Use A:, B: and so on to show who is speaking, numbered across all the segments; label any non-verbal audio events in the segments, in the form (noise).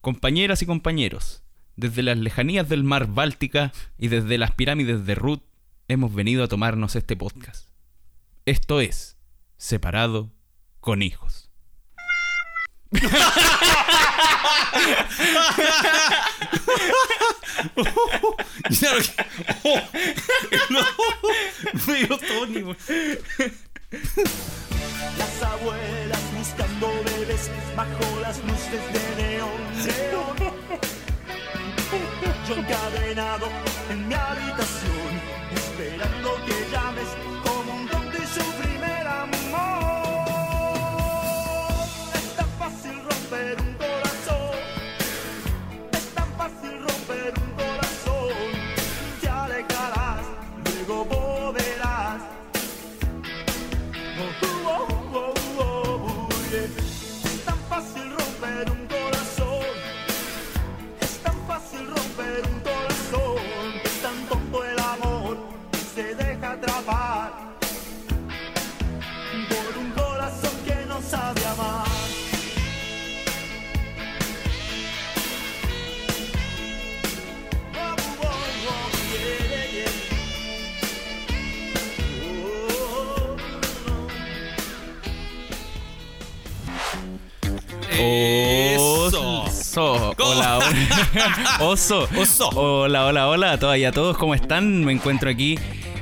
A: Compañeras y compañeros, desde las lejanías del mar Báltica y desde las pirámides de Ruth, hemos venido a tomarnos este podcast. Esto es Separado con Hijos.
B: Ya lo que- ¡Oh! no, me dio Tony, güey.
C: Las abuelas buscando bebés bajo las luces de neón, neón. Yo encadenado en mi habitación, esperando que llames como un don de su primer amor. Es tan fácil romper un corazón, es tan fácil romper un corazón. Te alejarás, luego volverás. Oh, oh, oh, oh, yeah. Es tan fácil romper un corazón. Es tan fácil romper un corazón. Es tan tonto el amor que se deja atrapar por un corazón que no sabe amar. Oh, oh, oh, yeah, yeah, yeah. Oh, oh, oh.
B: Eso.
A: Oso. Hola,
B: (laughs)
A: hola. Oso.
B: Oso.
A: Hola, hola, hola a todas y a todos. ¿Cómo están? Me encuentro aquí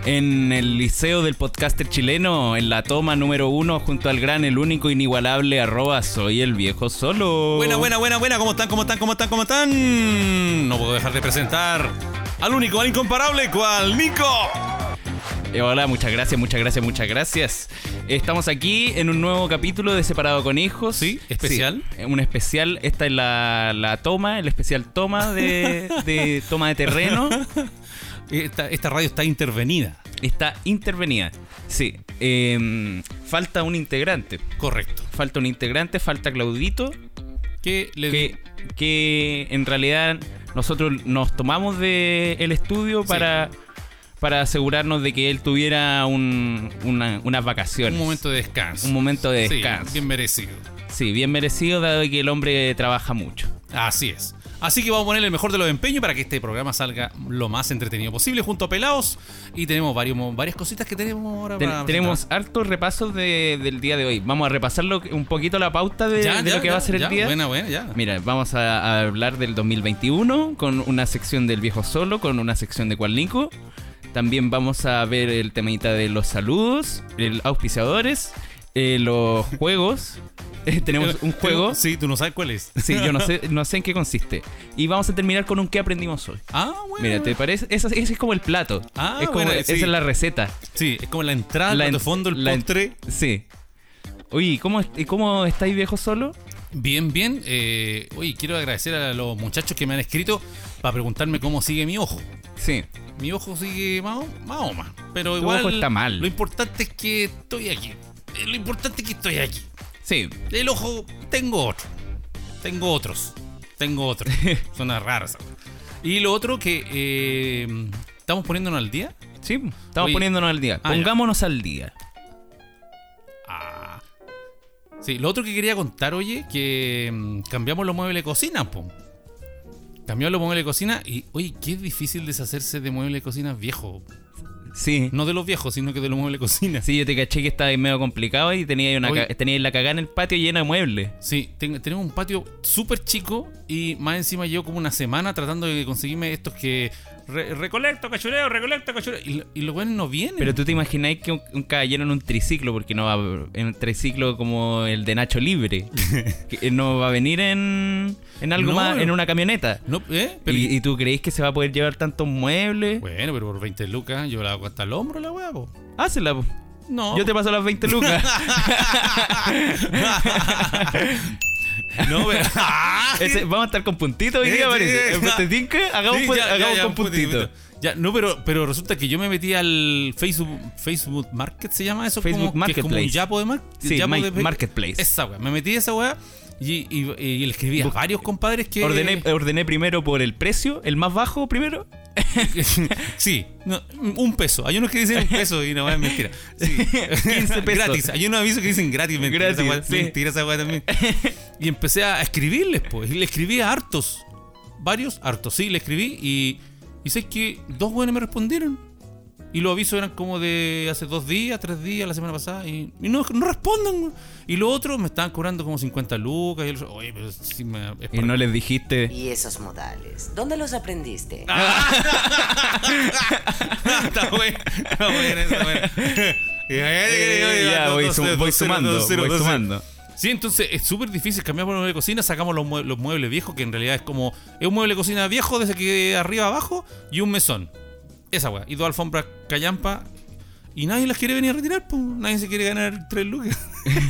A: en el Liceo del Podcaster Chileno, en la toma número uno, junto al gran, el único, inigualable, arroba soy el viejo solo.
B: Buena, buena, buena, buena. ¿Cómo están? ¿Cómo están? ¿Cómo están? ¿Cómo están? No puedo dejar de presentar al único, al incomparable, cual Nico.
A: Eh, Hola, muchas gracias, muchas gracias, muchas gracias. Estamos aquí en un nuevo capítulo de Separado con Hijos.
B: Sí, especial.
A: Sí, eh, un especial. Esta es la, la toma, el especial toma de, de toma de
B: (laughs)
A: terreno.
B: Esta, esta radio está intervenida.
A: Está intervenida. Sí. eh, falta un integrante.
B: Correcto.
A: Falta un integrante, falta Claudito.
B: Que le
A: Que, que en realidad nosotros nos tomamos del estudio
B: Sí.
A: para, para asegurarnos de que él tuviera un- una- unas vacaciones.
B: un momento de descanso.
A: Un momento de
B: Sí,
A: descanso.
B: bien merecido.
A: Sí, bien merecido, dado que el hombre trabaja mucho.
B: Así es. Así que vamos a poner el mejor de los empeños para que este programa salga lo más entretenido posible junto a Pelados. Y tenemos varios, varias cositas que tenemos ahora.
A: Ten-
B: para
A: tenemos hartos repasos de- del día de hoy. Vamos a repasar lo que- un poquito la pauta de,
B: Ya,
A: de
B: ya,
A: lo que
B: ya,
A: va a ser
B: ya.
A: el día.
B: Buena, buena, ya.
A: Mira, vamos a, a hablar del 2021 con una sección del viejo solo, con una sección de cual Nico. También vamos a ver el temita de los saludos, el auspiciadores, eh, los (laughs) juegos. Eh, tenemos un juego.
B: Sí, tú no sabes cuál es.
A: Sí, yo no sé, no sé en qué consiste. Y vamos a terminar con un qué aprendimos hoy.
B: Ah, bueno.
A: Mira, ¿te parece? Esa- Ese es como el plato.
B: Ah,
A: es como-
B: bueno,
A: Esa
B: sí.
A: es la receta.
B: Sí, es como la entrada,
A: La
B: el
A: en-
B: plato de fondo, el
A: la en-
B: postre.
A: Sí. Oye, ¿y ¿cómo, est- y cómo estáis viejo solo?
B: Bien, bien. Eh, oye, quiero agradecer a los muchachos que me han escrito para preguntarme cómo sigue mi ojo.
A: Sí.
B: Mi ojo sigue más o más. o más, pero
A: Tu
B: igual.
A: ojo está mal.
B: Lo importante es que estoy aquí. Eh, Lo importante es que estoy aquí.
A: Sí.
B: El ojo, tengo otro. Tengo otros. Tengo otros.
A: (laughs)
B: Suena raro esa cosa. Y lo otro que eh, estamos poniéndonos al día.
A: Sí. Estamos
B: Oye.
A: poniéndonos al día.
B: Ah, ya.
A: Pongámonos al día.
B: Ah. Sí, lo otro que quería contar, oye, que mm, cambiamos los muebles de cocina, po. Cambiamos los muebles de cocina y, oye, qué difícil deshacerse de muebles de cocina viejos.
A: Sí.
B: No de los viejos, sino que de los muebles de cocina. Sí,
A: Sí, yo te caché que estaba ahí medio complicado y tenía, ahí una
B: Oye.
A: ca- tenía ahí la cagada en el patio llena de muebles.
B: ten- tenemos un patio súper chico y más encima llevo como una semana tratando de conseguirme estos que... re- recolecto, cachureo, recolecto, cachureo. Y, lo- y los buenos no vienen.
A: Pero tú te imagináis que un, un caballero en un triciclo, porque no va a- en un triciclo como el de Nacho
B: (laughs)
A: Libre, que eh, no va a venir en, en algo
B: No,
A: más,
B: no.
A: en una camioneta.
B: No, ¿eh? Pero-
A: ¿Y, y tú creéis que se va a poder llevar tantos muebles?
B: Bueno, pero por 20 lucas yo la hago hasta el hombro la hueá, po.
A: Hácela, po.
B: No.
A: Yo te paso las 20
B: (laughs)
A: lucas.
B: No, pero... ¡Ah!
A: (laughs) Ese- vamos a estar con puntitos hoy
B: Sí,
A: día,
B: sí,
A: parece.
B: sí.
A: ¿Te tinca? Hagamos,
B: Sí,
A: pun-
B: ya, ya,
A: hagamos
B: ya,
A: con
B: un puntito,
A: puntitos.
B: puntito. Ya, no, pero, pero resulta que yo me metí al Facebook, Facebook Market, ¿se llama eso?
A: Facebook
B: Como- que es como un
A: Marketplace.
B: yapo de, mar-
A: Sí,
B: yapo
A: ma-
B: de-
A: Marketplace.
B: Esa weá. Me metí a esa weá y, y, y le escribí a varios compadres que.
A: Ordené, ordené primero por el precio, el más bajo primero,
B: (laughs) sí, no, un peso. Hay unos
A: (laughs)
B: que dicen un peso y no es mentira. Sí.
A: 15 pesos.
B: Gratis. Hay unos avisos que dicen gratis. Mentira,
A: Gratis,
B: esa weá-
A: sí.
B: mentira esa weá también. Y empecé a escribirles, pues. Y le escribí a hartos. Varios hartos. Sí, le escribí y. Y sé que dos buenos me respondieron. Y los avisos eran como de hace dos días, tres días, la semana pasada. Y, y no, no responden. weón. Y los otros me estaban cobrando como 50 lucas. Y los, Oye, pero si me. es
A: Y
B: para- (laughs)
A: no les dijiste.
D: ¿Y esos modales? ¿Dónde los aprendiste?
B: Está
A: (laughs)
B: bueno, está bueno, está bueno.
A: Eh, ya, voy su- voy sumando, voy sumando.
B: Sí, entonces es súper difícil cambiar por un mueble de cocina. Sacamos los, mue- los muebles viejos, que en realidad es como. Es un mueble de cocina viejo, desde que de arriba abajo, y un mesón. Esa weá. Y dos alfombras callampa. Y nadie las quiere venir a retirar, pues. Nadie se quiere ganar tres lucas.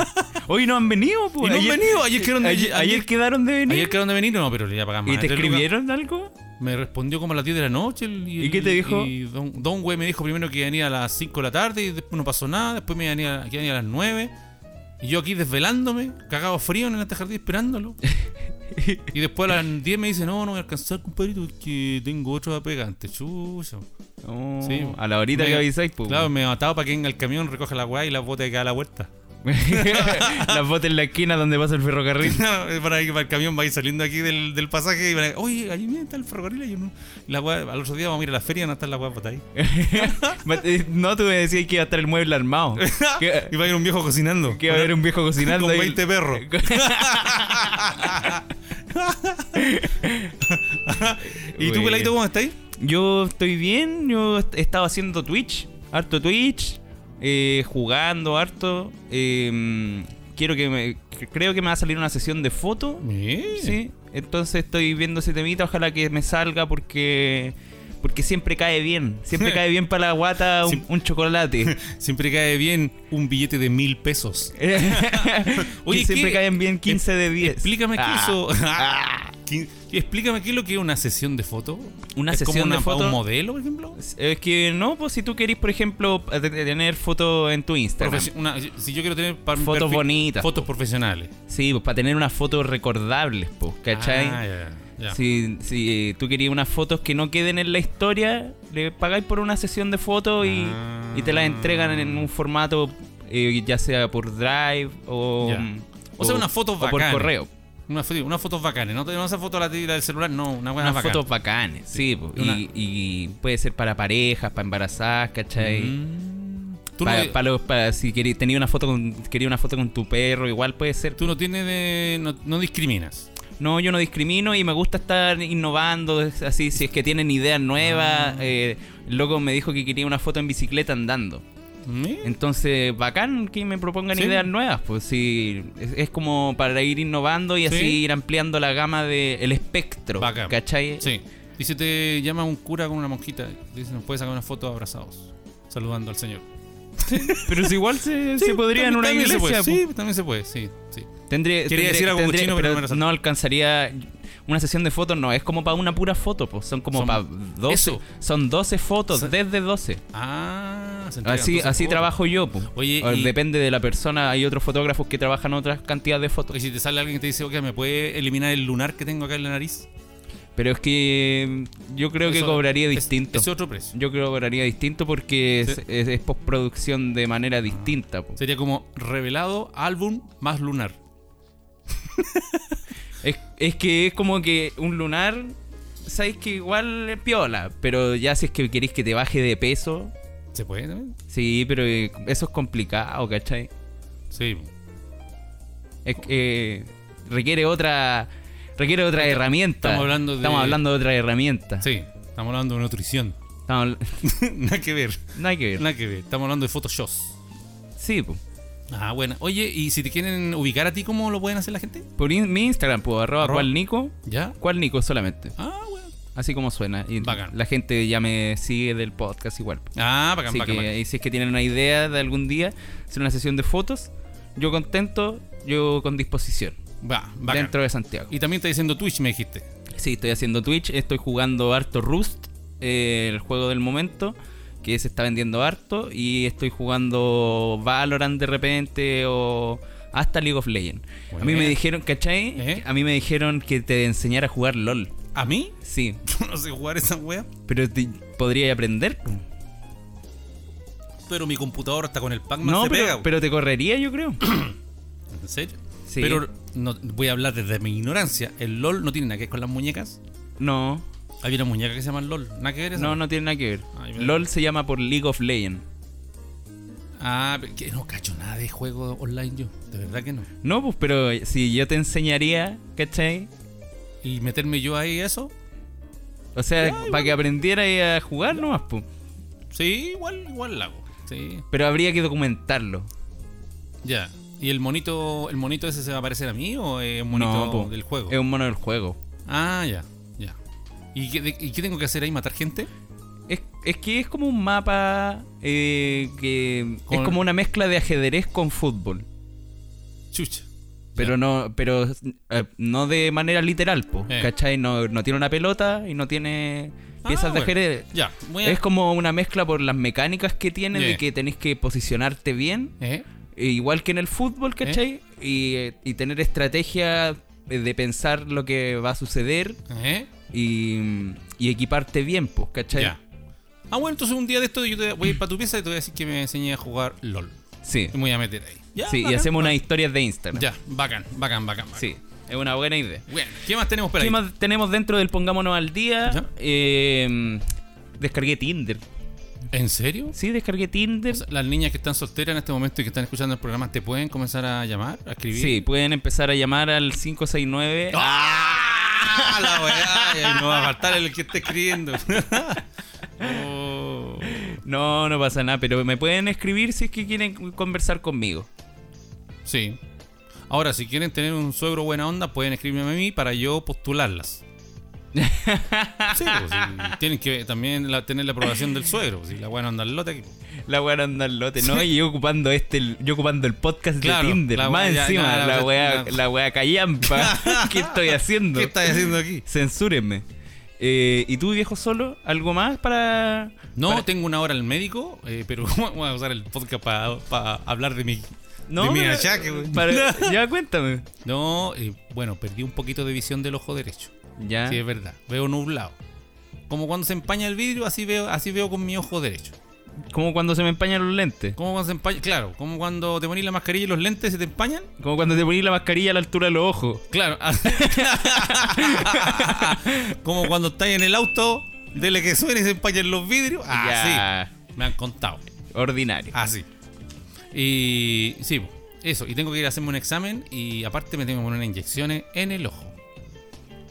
B: (laughs)
A: Hoy no han venido, pues.
B: Y no han venido, ayer quedaron de-
A: ayer, ayer quedaron de venir.
B: Ayer quedaron de venir, no, pero le iba a pagar más.
A: ¿Y te
B: Tres lucas.
A: escribieron algo?
B: Me respondió como a las 10 de la noche. el- y
A: ¿Y
B: el-
A: qué te dijo?
B: Y don, don Güey me dijo primero que venía a las 5 de la tarde y después no pasó nada. Después me venía, que venía a las 9. Y yo aquí desvelándome, cagado frío en el
A: (laughs)
B: jardín esperándolo. y después a las 10 me dice: No, no voy a alcanzar, compadrito, que tengo otro apegante. Chucho.
A: Oh,
B: Sí.
A: A la horita
B: Me-
A: que avisáis, pues.
B: Claro, me mataba para que venga el camión, recoja la weá y las bote acá a la vuelta.
A: Las botas en (laughs) la esquina donde pasa el
B: (laughs)
A: ferrocarril.
B: Claro, (laughs) para que para el camión vaya saliendo aquí del, del pasaje y para que, oye, allí mira, está el ferrocarril. Allí no". La weá, al otro día vamos a ir a la feria, no está la weá botada ahí.
A: no, tú me decías que iba a estar el mueble armado. (laughs) que,
B: y va a ir un viejo cocinando.
A: que iba a haber un viejo cocinando.
B: Con
A: ahí. (laughs)
B: 20 perros. (laughs) ¿Y tú,
A: Bueno.
B: peladito, cómo estás?
A: Yo estoy bien, yo est- he estado haciendo Twitch, harto Twitch, eh, jugando harto. eh, quiero que me, cre- creo que me va a salir una sesión de foto. Sí, entonces estoy viendo ese temita, ojalá que me salga porque porque siempre cae bien, siempre
B: (laughs)
A: cae bien para la guata un,
B: Sim-
A: un chocolate. (laughs)
B: Siempre cae bien un billete de mil pesos. (laughs) Oye,
A: Oye, siempre
B: ¿qué-
A: caen bien 15 de 10.
B: Explícame qué
A: Ah,
B: eso. (laughs) ¿Qué- Explícame qué es lo que es una sesión de foto.
A: Una
B: ¿Es
A: sesión de
B: como
A: foto?
B: un modelo, por ejemplo?
A: Es que no, pues si tú querís, por ejemplo, t- t- tener fotos en tu Instagram.
B: Profe- una- si yo quiero tener para mi
A: Fotos
B: perfil-
A: bonitas,
B: Fotos profesionales.
A: Sí, pues para tener unas fotos recordables, pues, ¿cachai?
B: Ah, ya, ya.
A: Si, si eh, tú querías unas fotos que no queden en la historia, le pagáis por una sesión de fotos y,
B: Ah.
A: y te las entregan en un formato, eh, ya sea por Drive o.
B: Ya. O sea, unas fotos
A: o por
B: bacanas.
A: correo.
B: Una foto- Unas fotos bacanes. No, no esa foto la tira del celular, no. Una buena
A: Unas fotos bacanas, sí. po.
B: Una-
A: Y, y puede ser para parejas, para embarazadas, ¿cachai?
B: Mm. ¿Tú,
A: Para,
B: no,
A: para los- para si querías tener una foto con quería una foto con tu perro, igual puede ser.
B: tú no tienes de. No, no discriminas.
A: No, yo no discrimino y me gusta estar innovando, es así, si es que tienen ideas
B: Ah.
A: nuevas. eh, el loco me dijo que quería una foto en bicicleta andando. Mm.
B: Mira.
A: Entonces, bacán que me propongan
B: Sí.
A: ideas nuevas, pues sí, es, es como para ir innovando y así
B: Sí.
A: ir ampliando la gama del el espectro,
B: Bacán.
A: ¿cachai?
B: Sí. Y si te llama un cura con una monjita, dice, nos puedes sacar una foto abrazados, saludando al Señor.
A: (laughs) Pero si igual se, se podría en una
B: También se
A: iglesia.
B: puede,
A: pues.
B: Sí, también se puede, sí, sí.
A: Tendré, tendré-
B: decir algo
A: tendré-
B: cochino, pero no me lo
A: pero
B: salté.
A: no alcanzaría una sesión de fotos, no, es como para una pura foto, pues son como
B: Son-
A: para 12,
B: eso.
A: son 12 fotos,
B: Son-
A: desde 12.
B: Ah, se entregan
A: Así,
B: entonces
A: así
B: fotos.
A: trabajo yo. po.
B: Oye,
A: O
B: y-
A: Depende de la persona. Hay otros fotógrafos que trabajan otras cantidades de
B: Y
A: fotos.
B: si te sale alguien que te dice, ok, ¿me puede eliminar el lunar que tengo acá en la nariz?
A: Pero es que mm, yo creo que
B: Eso-
A: cobraría
B: es-
A: distinto.
B: Es, otro precio.
A: Yo creo que cobraría distinto porque es,
B: Sí.
A: es- es postproducción de manera distinta. po.
B: Sería como revelado álbum más lunar.
A: Es, es que es como que un lunar, sabéis que igual es piola, pero ya si es que queréis que te baje de peso,
B: ¿Se puede también?
A: sí, pero eh, eso es complicado, ¿cachai?
B: Sí.
A: Es que eh, requiere otra requiere otra herramienta.
B: Estamos hablando de-
A: Estamos hablando de otra herramienta.
B: Sí. Estamos hablando de nutrición. (laughs)
A: Estamos habl-
B: Nada que ver.
A: (laughs) Nada que ver.
B: Nada que ver. Estamos hablando de Photoshop.
A: Sí, po.
B: Ah, bueno. Oye, y si te quieren ubicar a ti, ¿cómo lo pueden hacer la gente?
A: por in- mi Instagram, pues, arroba,
B: Arroba.
A: cual Nico,
B: ¿Ya?
A: cual Nico solamente.
B: Ah, bueno.
A: Así como suena. Y
B: Bacán.
A: la gente ya me sigue del podcast igual.
B: Ah, bacán,
A: Así
B: bacán,
A: que
B: bacán.
A: ahí si es que tienen una idea de algún día hacer una sesión de fotos, yo contento, yo con disposición.
B: Va, bacán.
A: Dentro de Santiago.
B: Y también está diciendo Twitch, me dijiste.
A: Sí, estoy haciendo Twitch, estoy jugando harto Rust, eh, el juego del momento, que se está vendiendo harto, y estoy jugando Valorant de repente o hasta League of Legends. A mí
B: Buena. ¿Eh?
A: me dijeron, ¿cachai?
B: Ejé.
A: A mí me dijeron que te enseñara a jugar LOL.
B: ¿A mí? (laughs)
A: Sí,
B: Yo no sé jugar esa wea.
A: pero te- podría aprender.
B: Pero mi computadora está con el Pac-Man.
A: No,
B: se pega,
A: pero,
B: wea.
A: pero te correría, yo creo.
B: ¿En serio?
A: Sí.
B: Pero no, voy a hablar desde mi ignorancia. El LOL no tiene nada que ver con las muñecas.
A: No,
B: Hay una muñeca que se llama LOL. Nada que ver esa
A: no,
B: wea?
A: no tiene nada que ver.
B: Ay, mira.
A: LOL se llama por League of Legends.
B: Ah, pero que no cacho nada de juego online yo. De verdad que no.
A: No, pues, pero si yo te enseñaría, ¿cachai?
B: Y meterme yo ahí eso.
A: O sea, para que aprendiera a jugar nomás, pues.
B: Sí, igual, igual la hago. Sí.
A: Pero habría que documentarlo.
B: Ya. ¿Y el monito, el monito ese se va a parecer a mí o es un monito
A: No, po.
B: del juego?
A: Es un mono del juego.
B: Ah, ya, ya. ¿Y qué, de- y qué tengo que hacer ahí? ¿Matar gente?
A: Es, es que es como un mapa eh, que
B: Con-
A: es como una mezcla de ajedrez con fútbol.
B: Chucha.
A: Pero no, pero eh, no de manera literal, po,
B: Eh.
A: ¿cachai? No, no tiene una pelota y no tiene piezas
B: Ah,
A: de
B: bueno.
A: ajedrez.
B: Ya, voy a...
A: Es como una mezcla por las mecánicas que tiene,
B: Yeah.
A: de que tenés que posicionarte bien,
B: ¿Eh?
A: e igual que en el fútbol, ¿cachai? Y, eh, y tener estrategia eh, de pensar lo que va a suceder
B: ¿Eh?
A: y, y equiparte bien, po, ¿cachai?
B: Ya. Ah, bueno, entonces un día de esto yo te voy a ir para tu pieza y te voy a decir que me enseñé a jugar LOL.
A: Sí,
B: Y me voy a meter ahí. Ya,
A: sí y
B: bacán,
A: hacemos unas
B: bacán.
A: historias de Instagram.
B: Ya, bacán, bacán, bacán. bacán.
A: Sí, es una buena idea.
B: Bueno, ¿qué más tenemos por ahí?
A: ¿Qué más tenemos dentro del Pongámonos al Día?
B: Ya.
A: Eh, descargué Tinder.
B: ¿En serio?
A: Sí, descargué Tinder.
B: O sea, Las niñas que están solteras en este momento y que están escuchando el programa, ¿te pueden comenzar a llamar, a escribir?
A: Sí, pueden empezar a llamar al 569.
B: ¡Ah! La (laughs) weá, y no va a faltar el que esté escribiendo. (laughs) Oh.
A: No, no pasa nada, pero me pueden escribir si es que quieren conversar conmigo.
B: Sí. Ahora, si quieren tener un suegro buena onda, pueden escribirme a mí para yo postularlas. Sí, pues, sí. tienen que también la- tener la aprobación del suegro. Si la buena onda al lote.
A: La weá anda al lote, ¿no? Y yo ocupando este, el- yo ocupando el podcast
B: Claro,
A: de Tinder.
B: la
A: Más
B: weá ya-
A: encima,
B: ya, la
A: la
B: weá-
A: weá,
B: la-
A: la weá callampa.
B: (laughs)
A: ¿Qué estoy haciendo?
B: ¿Qué estás haciendo aquí?
A: Censúrenme. Eh, ¿Y tú, viejo solo? ¿Algo más para.?
B: No,
A: para-
B: tengo una hora al médico, eh, pero (laughs) voy a usar el podcast para hablar de mi,
A: No,
B: de mi
A: pero-
B: achaque. güey.
A: para- ya cuéntame.
B: (laughs) No, eh, bueno, perdí un poquito de visión del ojo derecho.
A: Ya.
B: Sí, es verdad. Veo nublado. Como cuando se empaña el vidrio, así veo, así veo con mi ojo derecho.
A: Como cuando se me empañan los lentes.
B: Como cuando se empaña, claro, como cuando te ponís la mascarilla y los lentes se te empañan.
A: Como cuando te ponís la mascarilla a la altura de los ojos.
B: Claro. (laughs) como cuando estáis en el auto, dele que suene y se empañan los vidrios. Ah,
A: Ya.
B: sí. Ah, Me han contado.
A: Ordinario.
B: Así. Y sí, po, eso. Y tengo que ir a hacerme un examen y aparte me tengo que poner unas inyecciones en el ojo.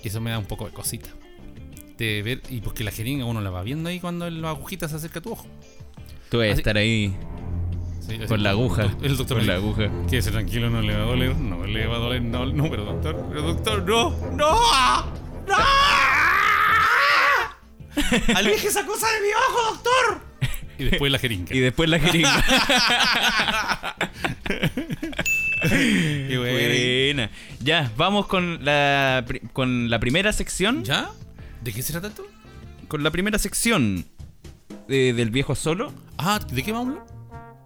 B: Y eso me da un poco de cosita. De ver, y porque la jeringa uno la va viendo ahí cuando la agujita se acerca a tu ojo.
A: Tú vas a
B: Así-
A: estar ahí
B: Sí, así-
A: con la aguja.
B: El doctor
A: Con
B: me
A: la
B: dice,
A: aguja.
B: Quédese tranquilo, no le va a doler, no le va a doler, no, no, pero doctor, pero doctor, no, no, no. Aleje esa cosa de mi ojo, doctor. Y después la
A: (laughs)
B: jeringa.
A: Y después la
B: (laughs)
A: jeringa.
B: Y bueno, y-
A: Buena. Ya, vamos con la, pri- con la primera sección.
B: ¿Ya? ¿De qué será tanto?
A: Con la primera sección eh, del viejo solo.
B: Ah, ¿de qué vamos a hablar?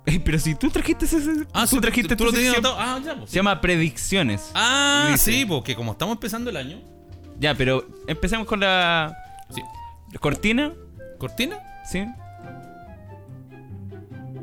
A: Eh, pero si tú trajiste ese.
B: Ah,
A: tú trajiste esta
B: tú lo tenías
A: sección.
B: anotado. Ah, ya, pues.
A: Se llama Predicciones.
B: Ah,
A: Dice.
B: sí, porque como estamos empezando el año.
A: Ya, pero empecemos con la
B: Sí.
A: cortina.
B: ¿Cortina?
A: ¿Sí?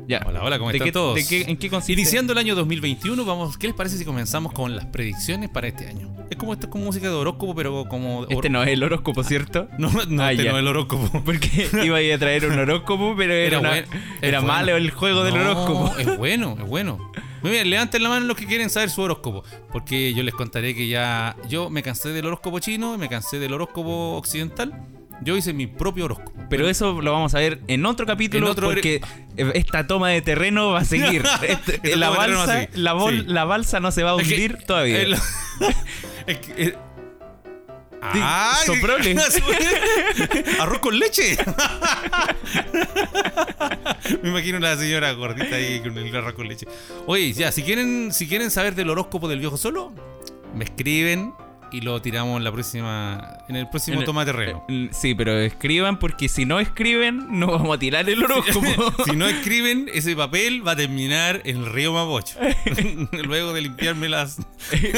A: Ya.
B: Hola, hola, ¿cómo
A: ¿De
B: están
A: qué-
B: todos?
A: de qué- ¿En qué consiste?
B: Iniciando el año 2021, vamos, ¿qué les parece si comenzamos con las predicciones para este año? Es como esto es como música de horóscopo, pero como hor-
A: Este no es el horóscopo, ¿cierto?
B: (laughs) no, no,
A: Ah,
B: este
A: ya.
B: no es el horóscopo. (laughs)
A: Porque iba a ir a traer un horóscopo, pero era, una-
B: buen- es
A: era
B: bueno.
A: malo el juego del
B: No,
A: horóscopo.
B: Es bueno, es bueno. Muy bien, levanten la mano los que quieren saber su horóscopo. Porque yo les contaré que ya. Yo me cansé del horóscopo chino, me cansé del horóscopo occidental. Yo hice mi propio horóscopo.
A: Pero eso lo vamos a ver en otro capítulo
B: En otro-
A: porque esta toma de terreno va a
B: (laughs)
A: seguir. Este-
B: Esta
A: la,
B: toma de terreno va a
A: balsa,
B: seguir.
A: la, bol-
B: Sí.
A: la balsa no se va a
B: Es que-
A: hundir todavía.
B: es lo- (laughs) es que- es- ¡Ay! (laughs)
A: soprole.
B: Arroz con leche. (laughs) Me imagino la señora gordita ahí con el arroz con leche. Oye, ya, si quieren, si quieren saber del horóscopo del viejo solo, me escriben y lo tiramos en la próxima. En el próximo
A: En-
B: toma (laughs) terreno.
A: Mm, Sí, pero escriban porque si no escriben, no vamos a tirar el horóscopo. (laughs)
B: Si no escriben, ese papel va a terminar en el río (laughs) Mapocho. Luego de limpiarme las.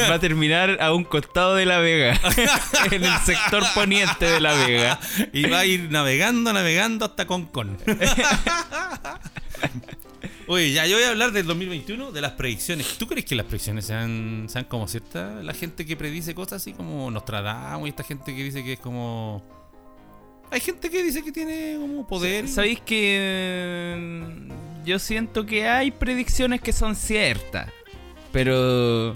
A: Va a terminar a un costado de La
B: (laughs)
A: Vega, en el sector poniente de La Vega.
B: Y va a ir navegando, navegando
A: (laughs)
B: hasta Concon. Oye, ya yo voy a hablar del 2021, de las predicciones. ¿Tú crees que las predicciones sean, sean como ciertas? La gente que predice cosas así como Nostradamus y esta gente que dice que es como... Hay gente que dice que tiene como poder.
A: Sabéis que eh, yo siento que hay predicciones que son ciertas, pero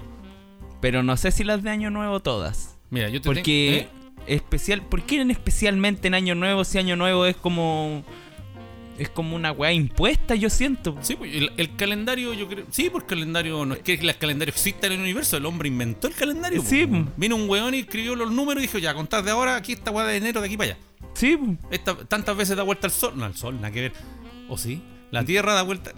A: pero no sé si las de Año Nuevo todas,
B: Mira, yo te
A: porque
B: tengo- ¿eh?
A: especial, ¿por qué en especialmente en Año Nuevo si Año Nuevo es como es como una weá impuesta, yo siento.
B: Sí, pues, el, el calendario, yo creo. Sí, por calendario, no es que el calendario exista en el universo, el hombre inventó el calendario. po.
A: Sí, po.
B: Vino un weón y escribió los números y dijo, ya, contad de ahora, aquí esta weá de enero, de aquí para allá.
A: Sí,
B: Esta- tantas veces da vuelta al sol. No, al sol, nada que ver. ¿O sí?
A: Mm.
B: La Tierra da
A: (laughs)
B: vuelta.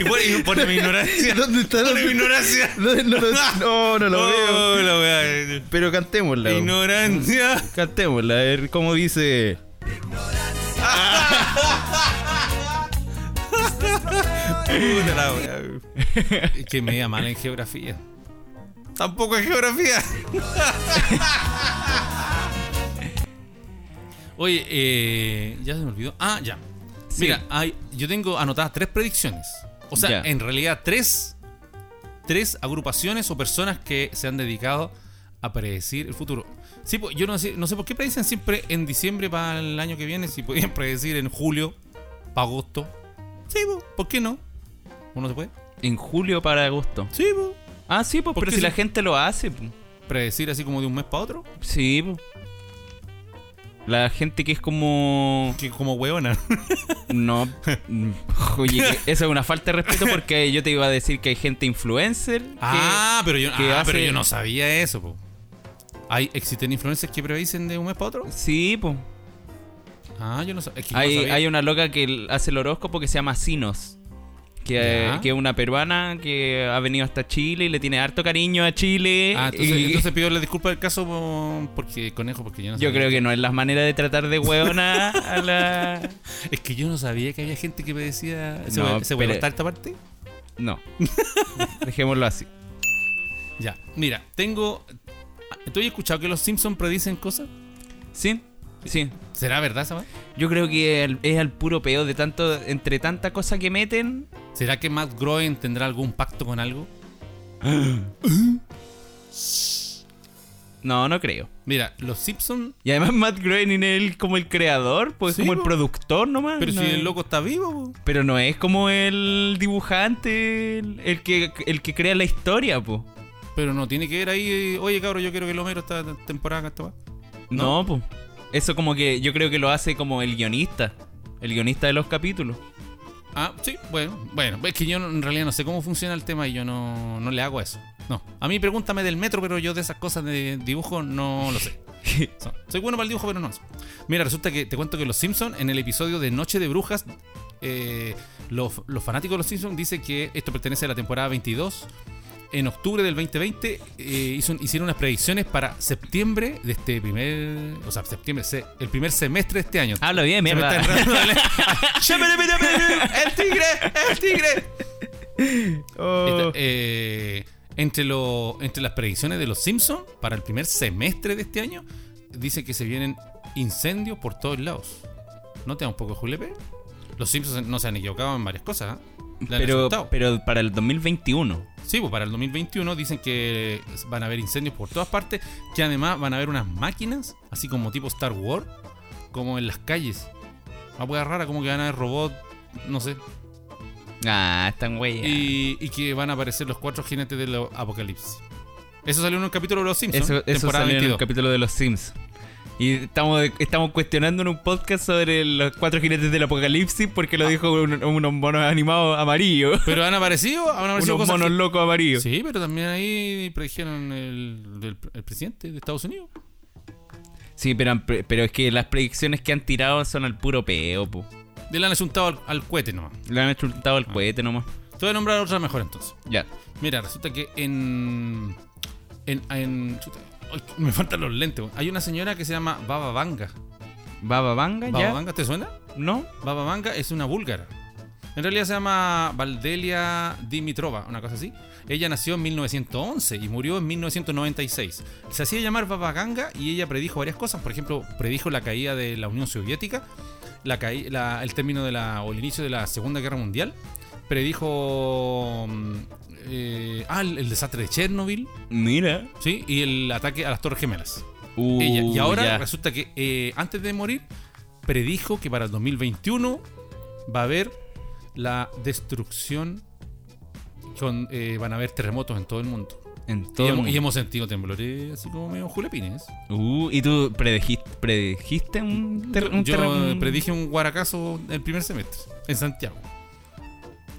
B: y por, y por mi ignorancia.
A: ¿Dónde está?
B: Por mi ignorancia.
A: (laughs) no,
B: (laughs)
A: no
B: Oh, la wea.
A: Pero cantémosla.
B: Ignorancia.
A: Cantémosla, a ver cómo dice.
B: Puta la wea. Es que me iba mal en geografía. Tampoco
A: (laughs)
B: en geografía. Oye, eh, ya se me olvidó. Ah, ya.
A: Sí.
B: Mira, hay- yo tengo anotadas tres predicciones. O sea,
A: Ya.
B: en realidad tres, tres agrupaciones o personas que se han dedicado a predecir el futuro. Sí, pues, yo no sé, no sé por qué predicen siempre en diciembre para el año que viene, si podían (laughs) predecir en julio, para agosto. Sí, pues, ¿por qué no? ¿Uno se puede?
A: En julio para agosto.
B: Sí, pues.
A: Ah, sí, pues,
B: ¿Por
A: pero
B: qué
A: si
B: sí?
A: la gente lo hace. pues.
B: Predecir así como de un mes para otro.
A: Sí, pues. La gente que es como.
B: Que como huevona.
A: (laughs) No. mm, Oye, esa es una falta de respeto (laughs) porque yo te iba a decir que hay gente influencer. que-
B: ah, pero yo,
A: que
B: ah,
A: hace-
B: pero yo no sabía eso, pues. Hay, existen influencers que predicen de un mes para otro.
A: Sí, pues.
B: Ah, yo no sab- es que yo no
A: Hay,
B: sabía.
A: hay una loca que l- hace el horóscopo que se llama Sinos. Que, eh,
B: Ya.
A: que es una peruana que ha venido hasta Chile y le tiene harto cariño a Chile.
B: Ah, entonces,
A: Eh, y-
B: entonces pido la disculpa del caso po- porque conejo, porque yo no
A: Yo
B: sabía.
A: creo que no es la manera de tratar de hueona a la.
B: Es que yo no sabía que había gente que me decía. ¿Se,
A: No,
B: puede- se puede
A: pero-
B: cortar esta parte?
A: No. Dejémoslo así.
B: Ya. Mira, tengo. ¿Tú has escuchado que los Simpsons predicen cosas?
A: ¿Sí? Sí.
B: ¿Será verdad, Samar?
A: Yo creo que el- es al puro peo de tanto. Entre tanta cosa que meten.
B: ¿Será que Matt Groen tendrá algún pacto con algo?
A: No, no creo.
B: Mira, los Simpsons.
A: Y además (laughs) Matt Groening es el- como el creador, pues
B: Sí,
A: como el
B: po.
A: productor nomás.
B: Pero
A: no
B: si
A: es-
B: el loco está vivo, po.
A: Pero no es como el dibujante, el, el que, el que crea la historia, po.
B: Pero no tiene que ver ahí. eh, Oye, cabrón, yo quiero que el Homero esta temporada acá
A: No, po. Eso como que yo creo que lo hace como el guionista. El guionista de los capítulos.
B: Ah, sí, bueno, bueno, es que yo no- en realidad no sé cómo funciona el tema y yo no, no le hago a eso. No, a mí pregúntame del metro, pero yo de esas cosas de dibujo no lo sé. So- soy bueno para el dibujo, pero no. Mira, resulta que te cuento que los Simpsons en el episodio de Noche de Brujas, eh, los, los fanáticos de los Simpsons dicen que esto pertenece a la temporada 22. En octubre del 2020 eh, hizo- hicieron unas predicciones para septiembre de este primer, o sea, septiembre, se- el primer semestre de este año.
A: Habla bien,
B: Se me está
A: Ah, mierda.
B: enredando la lengua. (laughs) Llámale, llámale, llámale. ¡El tigre! ¡El (laughs) tigre!
A: Oh.
B: Esta- eh, entre, lo- entre las predicciones de los Simpsons para el primer semestre de este año, dice que se vienen incendios por todos lados. ¿No te da un poco de julepe? Los Simpsons no se han equivocado en varias cosas. ¿eh? Le
A: (laughs)
B: han
A: Pero,
B: acertado.
A: pero para el 2021.
B: Sí, pues para el 2021 dicen que van a haber incendios por todas partes, que además van a haber unas máquinas, así como tipo Star Wars, como en las calles. Una hueá rara, como que van a haber robots, no sé.
A: Ah, están güey.
B: Y, y que van a aparecer los cuatro jinetes del apocalipsis. Eso salió en un capítulo de Los Simpsons,
A: Eso, eso
B: temporada
A: salió en el
B: 22.
A: capítulo de los Sims. Y estamos, estamos cuestionando en un podcast sobre los cuatro jinetes del apocalipsis porque
B: Ah.
A: lo dijo un- unos monos animados amarillos.
B: Pero han aparecido,
A: (laughs)
B: han aparecido
A: Unos
B: cosas
A: monos
B: que-
A: locos amarillos.
B: Sí, pero también ahí predijeron el, del- el presidente de Estados Unidos.
A: Sí, pero, pero es que las predicciones que han tirado son al puro peo, po.
B: Le han asuntado al, al cohete nomás.
A: Le han chuntado
B: Ah.
A: al cohete nomás.
B: Te voy a nombrar otra mejor entonces.
A: Ya.
B: Mira, resulta que en, En, en- chuta, ay, me faltan los lentes. weón. Hay una señora que se llama Baba Vanga.
A: Baba Vanga,
B: ¿Baba
A: ¿ya?
B: Vanga te suena?
A: ¿No?
B: Baba Vanga es una búlgara. En realidad se llama Valdelia Dimitrova, una cosa así. Ella nació en 1911 y murió en 1996. Se hacía llamar Baba Ganga y ella predijo varias cosas. Por ejemplo, predijo la caída de la Unión Soviética, la caí- la- el término de la, o el inicio de la Segunda Guerra Mundial. Predijo mm, eh, ah, el, el desastre de Chernobyl
A: Mira.
B: ¿sí? y el ataque a las Torres Gemelas.
A: Uh,
B: Ella. Y ahora
A: ya.
B: resulta que eh, antes de morir, predijo que para el 2021 va a haber la destrucción. Con, eh, van a haber terremotos en todo el mundo.
A: En
B: y,
A: todo el
B: hemos, y
A: mundo.
B: hemos sentido temblores así como medio julepines.
A: Uh, ¿y tú predijiste, predijiste un, ter- un
B: Yo
A: terrem- un-
B: predije un guaracazo el primer semestre, en Santiago.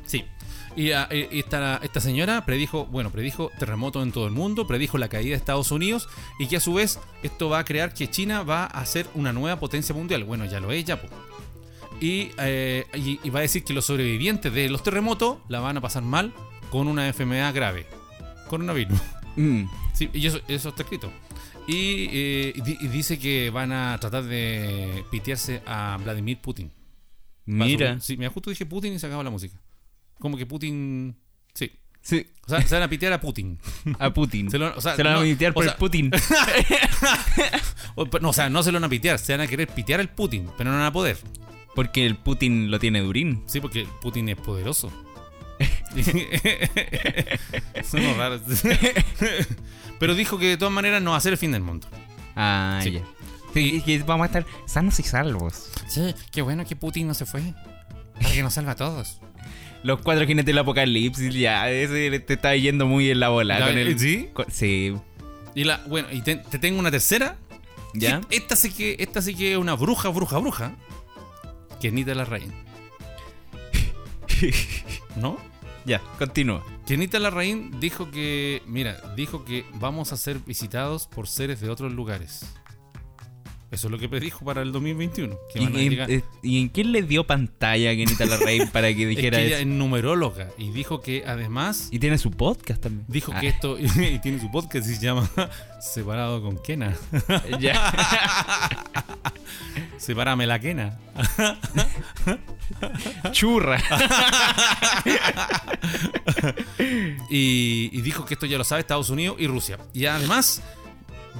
B: Sí. Y ah, eh, esta, esta señora predijo, bueno, predijo terremotos en todo el mundo, predijo la caída de Estados Unidos y que a su vez esto va a crear que China va a ser una nueva potencia mundial. Bueno, ya lo es, ya. po. Y, eh, y- y va a decir que los sobrevivientes de los terremotos la van a pasar mal con una enfermedad grave. Coronavirus.
A: Mm.
B: Sí, y eso, eso está escrito. Y, eh, di- y dice que van a tratar de pitearse a Vladimir Putin. Va a
A: Mira.
B: subir- Sí, mira, justo dije Putin y se acaba la música. Como que Putin. Sí.
A: Sí,
B: O sea, se van a pitear a Putin.
A: a Putin.
B: Se lo, o sea,
A: Se lo van
B: no,
A: a pitear
B: o
A: por
B: sea, (laughs)
A: Putin.
B: o- pero no, o sea, no se lo van a pitear, se van a querer pitear al Putin, pero no van a poder.
A: Porque el Putin lo tiene Durín.
B: Sí, porque Putin
A: (laughs)
B: es poderoso. (laughs) Somos raros. (laughs) pero dijo que de todas maneras no va a ser el fin del mundo.
A: Ah,
B: Sí.
A: ya. Sí, que vamos a estar sanos y salvos.
B: Sí, qué bueno que Putin no se fue. Para que nos salva a todos.
A: Los cuatro jinetes del apocalipsis, ya. Ese te está yendo muy en la bola.
B: Ya,
A: con el-
B: ¿sí?
A: co- sí.
B: Y la, bueno, y te, te tengo una tercera.
A: ¿Ya?
B: Que Esta sí que, esta sí que es una bruja, bruja, bruja. Que es Nita
A: (laughs)
B: la Reina. ¿No?
A: ya, continúa.
B: Que Nita Larraín dijo que, mira, dijo que vamos a ser visitados por seres de otros lugares. Eso es lo que predijo para el 2021. Que
A: ¿Y,
B: van a
A: en-
B: llegar-
A: eh, ¿y en quién le dio pantalla a Kenita Larraín para que
B: (laughs) es que
A: dijera
B: ella
A: eso?
B: es numeróloga y dijo que además
A: Y tiene su podcast también.
B: dijo
A: Ah,
B: que esto (laughs) y tiene su podcast y se llama (laughs) Separado con Kena. (laughs)
A: (laughs) ya.
B: Sepárame la Kena.
A: Churra.
B: y, y dijo que esto ya lo sabe Estados Unidos y Rusia. Y además,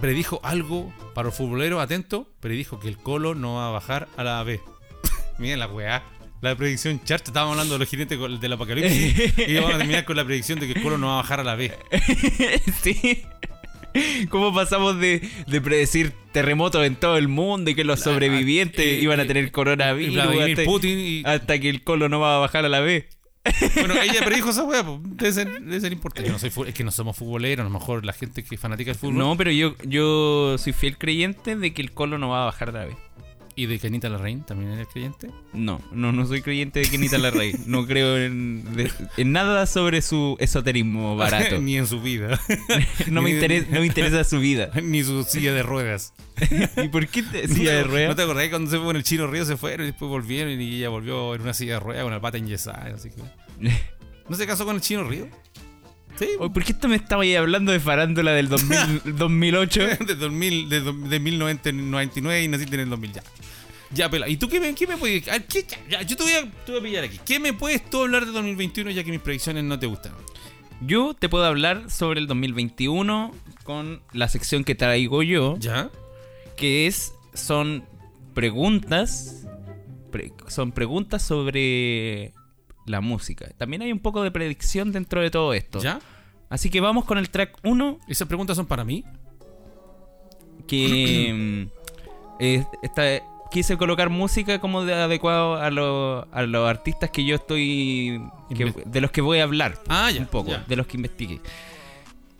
B: predijo algo para los futboleros, atento, predijo que el Colo no va a bajar a la B. (laughs) Miren la weá. La predicción chart, estábamos hablando de los jinetes con- del apocalipsis y vamos a terminar con la predicción de que el Colo no va a bajar a
A: (laughs)
B: la B.
A: sí. ¿Cómo pasamos de, de predecir terremotos en todo el mundo y que los sobrevivientes
B: eh,
A: iban a
B: eh,
A: tener
B: Y
A: coronavirus
B: Vladimir
A: hasta,
B: Putin y...
A: hasta que el colo no va a bajar a la B?
B: Bueno, ella predijo esa weá, pues, debe ser,
A: (laughs)
B: debe ser importante. Yo no soy fu- es que no somos futboleros, a lo mejor la gente que es fanática del fútbol
A: No, pero yo, yo soy fiel creyente de que el colo no va a bajar a la B.
B: y de Canita Larraín también era creyente.
A: No, no, no soy creyente de Kenita Larraín. No creo en, de- en nada sobre su (laughs) esoterismo (laughs) barato.
B: Ni en su vida. (laughs)
A: No me interesa, no me interesa su vida.
B: Ni su silla de ruedas.
A: (laughs) ¿Y por qué te (laughs)
B: ¿No
A: silla
B: te-
A: de
B: ¿No
A: ruedas?
B: te acordás que cuando se fue en el chino río se fueron y después volvieron y ella volvió en una silla de ruedas con la pata enyesada? Así que... ¿No se casó con el chino río? Sí.
A: (laughs) Oye, ¿Por qué esto me estaba ahí hablando de farándula del (laughs) 2000 2008?
B: (laughs) De, 2000, de, do- de 1999 y naciste en el 2000 ya. Ya, pela. ¿Y tú qué me, qué me puedes.? a ver, qué- ya, ya, yo te voy, a, te voy a pillar aquí. ¿Qué me puedes tú hablar de 2021 ya que mis predicciones no te gustan?
A: Yo te puedo hablar sobre el 2021 con la sección que traigo yo,
B: ¿Ya?
A: que es son preguntas pre- son preguntas sobre la música. También hay un poco de predicción dentro de todo esto.
B: ¿Ya?
A: Así que vamos con el track 1
B: ¿Esas preguntas son para mí?
A: que
B: (clears throat)
A: mm, eh, esta- quise colocar música como de adecuado a, lo- a los artistas que yo estoy que-
B: Inve-
A: de los que voy a hablar
B: Ah, (laughs) ya.
A: un poco
B: ya.
A: de los que investigué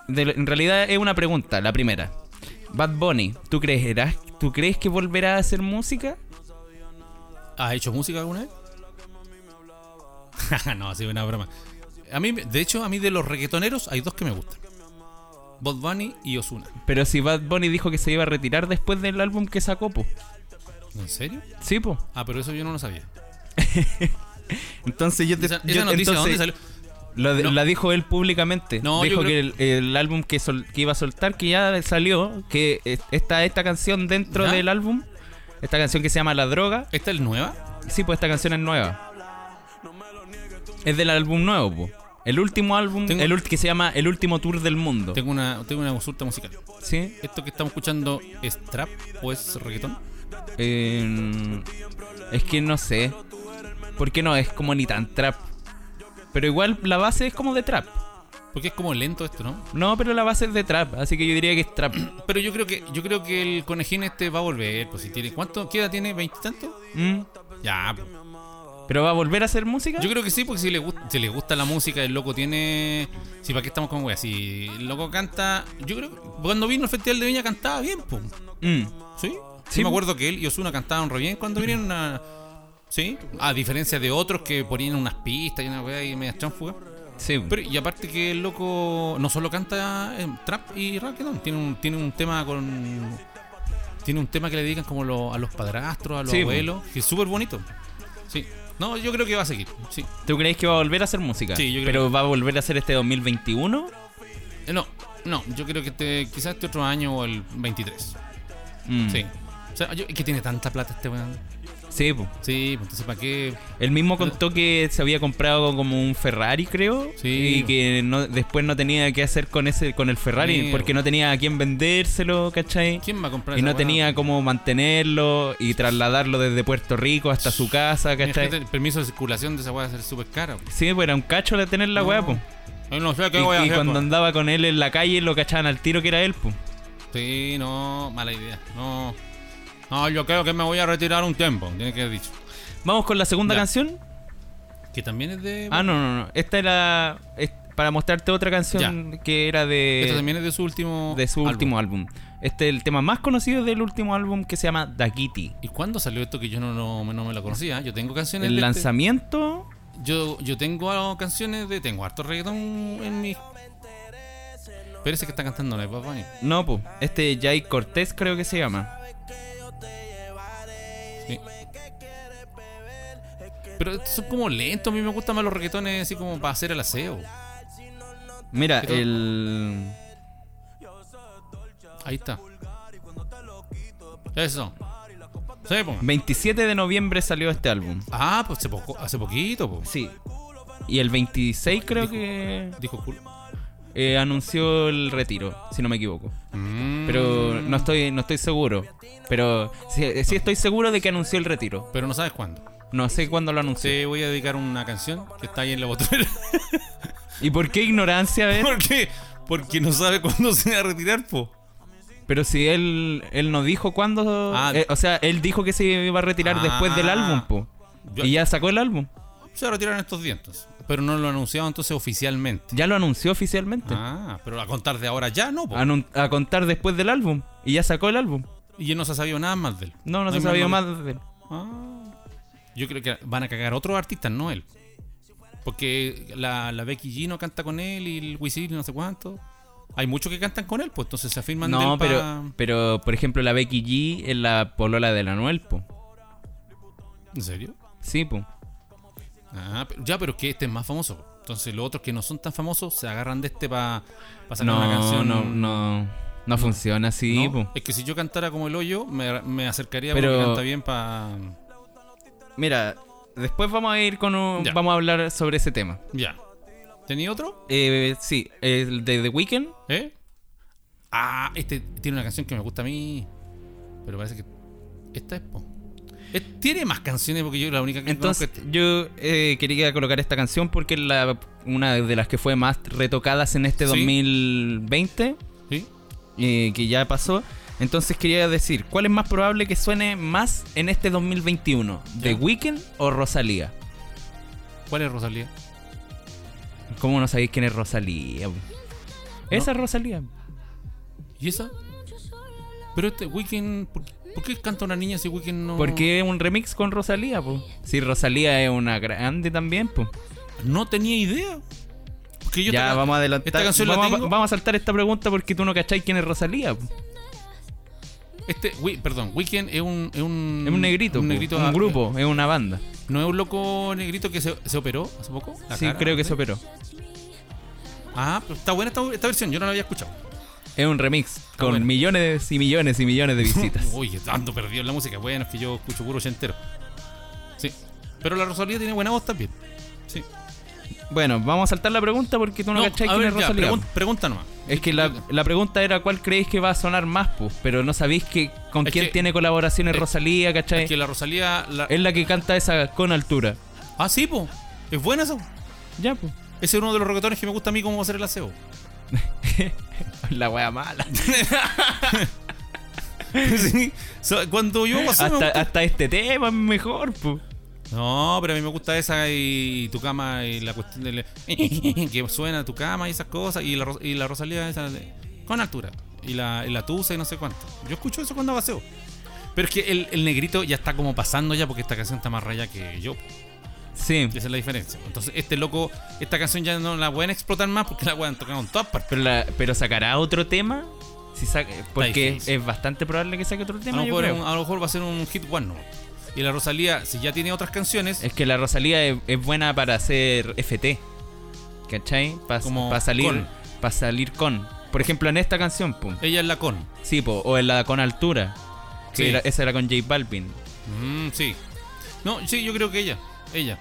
A: De lo- en realidad es una pregunta la primera Bad Bunny tú creerás tú crees que volverá a hacer música
B: ¿Has hecho música alguna vez? (laughs) Jaja, no, ha sido una broma. A mí, de hecho, a mí de los reggaetoneros hay dos que me gustan. Bad Bunny y Osuna.
A: pero si Bad Bunny dijo que se iba a retirar después del álbum que sacó po
B: ¿En serio?
A: sí po
B: Ah, pero eso yo no lo sabía.
A: entonces yo te
B: Esa, esa
A: yo-
B: noticia, ¿de
A: entonces-
B: dónde salió?
A: Lo de-
B: No.
A: La dijo él públicamente.
B: No, yo
A: dijo que
B: creo-
A: el, el álbum que, sol- que iba a soltar, que ya salió, que es- está esta canción dentro
B: ¿Ya?
A: del álbum. Esta canción que se llama La Droga.
B: ¿Esta es nueva?
A: Sí, pues esta canción es nueva. Es del álbum nuevo, po. El último álbum,
B: Tengo-
A: el ulti- que se llama El último tour del mundo.
B: Tengo una, tengo una consulta musical.
A: ¿Sí?
B: ¿Esto que estamos escuchando es trap o es reggaetón?
A: Eh, es que no sé. ¿Por qué no? Es como ni tan trap. Pero igual la base es como de trap.
B: Porque es como lento esto, ¿no?
A: No, pero la base es de trap, así que yo diría que es
B: (clears throat)
A: trap.
B: Pero yo creo que yo creo que el conejín este va a volver, pues si tiene ¿cuánto queda tiene veintitantos?
A: Mm.
B: Ya. pues.
A: ¿Pero va a volver a hacer música?
B: Yo creo que sí, porque si le gusta si le gusta la música, el loco tiene si para qué estamos con weas, si el loco canta, yo creo que cuando vino al Festival de Viña cantaba bien, pues.
A: Mm.
B: ¿Sí?
A: Sí.
B: Sí, me acuerdo que él y Osuna cantaban re bien cuando vinieron a Sí, a diferencia de otros que ponían unas pistas y una wea y medias tránfugas.
A: Sí.
B: Pero, y aparte que el loco no solo canta eh, trap y reggaeton, tiene un, tiene un tema con. Tiene un tema que le dedican como lo- a los padrastros, a los
A: Sí, po.
B: abuelos, que es súper bonito. Sí. No, yo creo que va a seguir. Sí.
A: ¿Tú crees que va a volver a hacer música?
B: Sí, yo creo
A: ¿Pero va a volver a hacer este 2021?
B: Eh, No, no, yo creo que este, quizás este otro año o el 23.
A: Mm.
B: Sí. O sea, yo- es que tiene tanta plata este weón.
A: Sí, po.
B: Sí, pues, entonces para qué.
A: Él mismo contó que se había comprado como un Ferrari, creo.
B: Sí.
A: Y que no- después no tenía qué hacer con ese con el Ferrari
B: Sí,
A: porque
B: bueno.
A: no tenía a quién vendérselo, ¿cachai?
B: ¿Quién va a comprar
A: Y
B: esa
A: no
B: weá?
A: tenía cómo mantenerlo y trasladarlo desde Puerto Rico hasta su casa,
B: Imagínate,
A: ¿cachai?
B: El permiso de circulación de esa weá va a ser súper caro.
A: Sí, pues era un cacho de tener la weá, po.
B: Ay, no sé
A: Y,
B: qué voy a
A: y
B: hacer,
A: cuando
B: po.
A: andaba con él en la calle lo cachaban al tiro que era él, po.
B: Sí, no, mala idea. No. No, yo creo que me voy a retirar un tiempo, tiene que haber dicho.
A: Vamos con la segunda
B: Ya.
A: canción.
B: Que también es de.
A: Ah, no, no, no. Esta era es- para mostrarte otra canción que era de
B: Esto también es de su último.
A: eh, de su
B: álbum.
A: último álbum. Este es el tema más conocido del último álbum que se llama Da Kitty.
B: ¿Y cuándo salió esto que yo no, no, no me lo conocía? Yo tengo canciones
A: El
B: de este-
A: lanzamiento.
B: yo, yo tengo ah, canciones de. Tengo harto reggaetón en mi. Pero ese que está cantando la de Bad Bunny.
A: No, pues. Este Jay Cortés creo que se llama.
B: Sí. Pero estos son como lentos, a mí me gustan más los reggaetones así como para hacer el aseo.
A: Mira,
B: Pero-
A: el.
B: Ahí está. Eso. Sí, po.
A: 27 de noviembre salió este álbum.
B: Ah, pues hace, poco, hace poquito, po.
A: Sí. Y el 26 creo que
B: Dijo cool.
A: eh, anunció el retiro, si no me equivoco.
B: Mm.
A: Pero no estoy, no estoy seguro. Pero sí, sí estoy seguro de que anunció el retiro.
B: Pero no sabes cuándo.
A: No sé cuándo lo anunció.
B: Te voy a dedicar una canción que está ahí en la botella.
A: ¿Y por qué ignorancia?
B: (laughs)
A: a ver?
B: ¿Por qué? Porque no sabe cuándo se va a retirar, po.
A: Pero si él, él no dijo cuándo.
B: Ah.
A: eh, o sea, él dijo que se iba a retirar
B: Ah.
A: después del álbum, po.
B: Yo-
A: Y ya sacó el álbum.
B: Se va a retirar en estos dientes. Pero no lo ha anunciado entonces oficialmente.
A: Ya lo anunció oficialmente.
B: Ah, pero a contar de ahora ya no, po.
A: Anun- A, contar después del álbum. Y ya sacó el álbum.
B: Y él no se ha sabido nada más de él.
A: No, no, se
B: hay
A: sabía más de él.
B: Ah. Yo creo que van a cagar otros artistas, no él. Porque la, la Becky G no canta con él y el Wisin no sé cuánto. Hay muchos que cantan con él, pues entonces se afirman de
A: No,
B: él pa-
A: pero, pero por ejemplo, la Becky G es la polola de la Anuel, po.
B: ¿En serio?
A: Sí, po.
B: Ah, pero- ya, pero es que este es más famoso. Entonces los otros que no son tan famosos se agarran de este para sacar
A: No,
B: una canción.
A: no, no. No funciona así,
B: ¿no?
A: po.
B: Es que si yo cantara como el hoyo, me, me acercaría
A: Pero-
B: porque canta bien para...
A: Mira, después vamos a ir con un.
B: Ya.
A: Vamos a hablar sobre ese tema.
B: Ya. ¿Tenía otro?
A: Eh, sí, el de The Weeknd.
B: ¿Eh? Ah, este tiene una canción que me gusta a mí. Pero parece que. Esta es. po. Es- tiene más canciones porque yo la única que
A: Entonces,
B: conozco
A: yo eh, quería colocar esta canción porque es la, una de las que fue más retocadas en este
B: Sí.
A: 2020,
B: es- este. ¿Sí?
A: eh, que ya pasó. Entonces, quería decir, ¿cuál es más probable que suene más en este 2021? ¿The
B: Ya.
A: Weeknd o Rosalía?
B: ¿Cuál es Rosalía?
A: ¿Cómo no sabéis quién es Rosalía? Esa es Rosalía.
B: ¿Y esa? Pero este Weekend. ¿Por, por qué canta una niña si Weekend no.
A: Porque es un remix con Rosalía, po. Sí, Rosalía es una grande también, po.
B: No tenía idea. Porque yo
A: Ya
B: te-
A: vamos a adelantar.
B: Esta canción la
A: vamos, a-
B: tengo.
A: vamos a saltar esta pregunta porque tú no cacháis quién es Rosalía, po.
B: Este, Wi- perdón, Weekend es un, es un.
A: Es un negrito,
B: Un
A: po,
B: negrito.
A: un
B: ah,
A: grupo, es una banda.
B: ¿No es un loco negrito que se, se operó hace poco? La
A: Sí,
B: cara,
A: creo que
B: ¿no?
A: se operó.
B: Ah, pero está buena esta, esta versión, yo no la había escuchado.
A: Es un remix con
B: Ah, bueno.
A: millones y millones y millones
B: (laughs)
A: de visitas.
B: Uy, ando perdido en la música. Bueno, es que yo escucho puro entero. Sí. Pero la Rosalía tiene buena voz también. Sí.
A: bueno, vamos a saltar la pregunta porque tú no, cachai
B: a
A: quién
B: ver,
A: es
B: ya,
A: Rosalía.
B: pregun- pregunta nomás.
A: Es que la, la pregunta era cuál creéis que va a sonar más, pues, pero no sabéis que con
B: Es
A: quién
B: que-
A: tiene colaboraciones
B: es-
A: Rosalía, ¿cachai?
B: Que la Rosalía. la-
A: Es la que canta esa con altura.
B: Ah, sí, po. Es buena esa.
A: Ya, pues.
B: Ese es uno de los reggaetones que me gusta a mí como hacer el aseo.
A: (laughs)
B: (laughs)
A: La wea mala.
B: sí. So- cuando yo hago aseo me
A: Hasta,
B: gusta-
A: hasta este tema es mejor, pues.
B: No, pero a mí me gusta esa y tu cama y la cuestión del. (laughs) que suena tu cama y esas cosas. Y la, Ros- y la Rosalía esa de- con altura. Y la, y la tusa y no sé cuánto. Yo escucho eso cuando hago aseo. Pero es que el, el negrito ya está como pasando ya porque esta canción está más raya que yo.
A: Sí,
B: Esa es la diferencia. Entonces, este loco, esta canción ya no la pueden explotar más porque la pueden tocar en todas partes.
A: pero, la- pero sacará otro tema. Si saca- porque
B: difícil. Ah,
A: es bastante probable que saque otro
B: A
A: tema.
B: lo,
A: yo
B: mejor,
A: creo.
B: a lo mejor va a ser un hit one, ¿no? Y la Rosalía, si ya tiene otras canciones,
A: Es que la Rosalía es, es buena para hacer FT. ¿Cachai? Para
B: Como
A: salir,
B: con.
A: pa salir con. Por ejemplo, en esta canción, pum.
B: ella es la con.
A: Sí, po, o en la con altura. Que
B: Sí.
A: era- esa era con J Balvin.
B: Mm, sí. No, sí, yo creo que ella. Ella.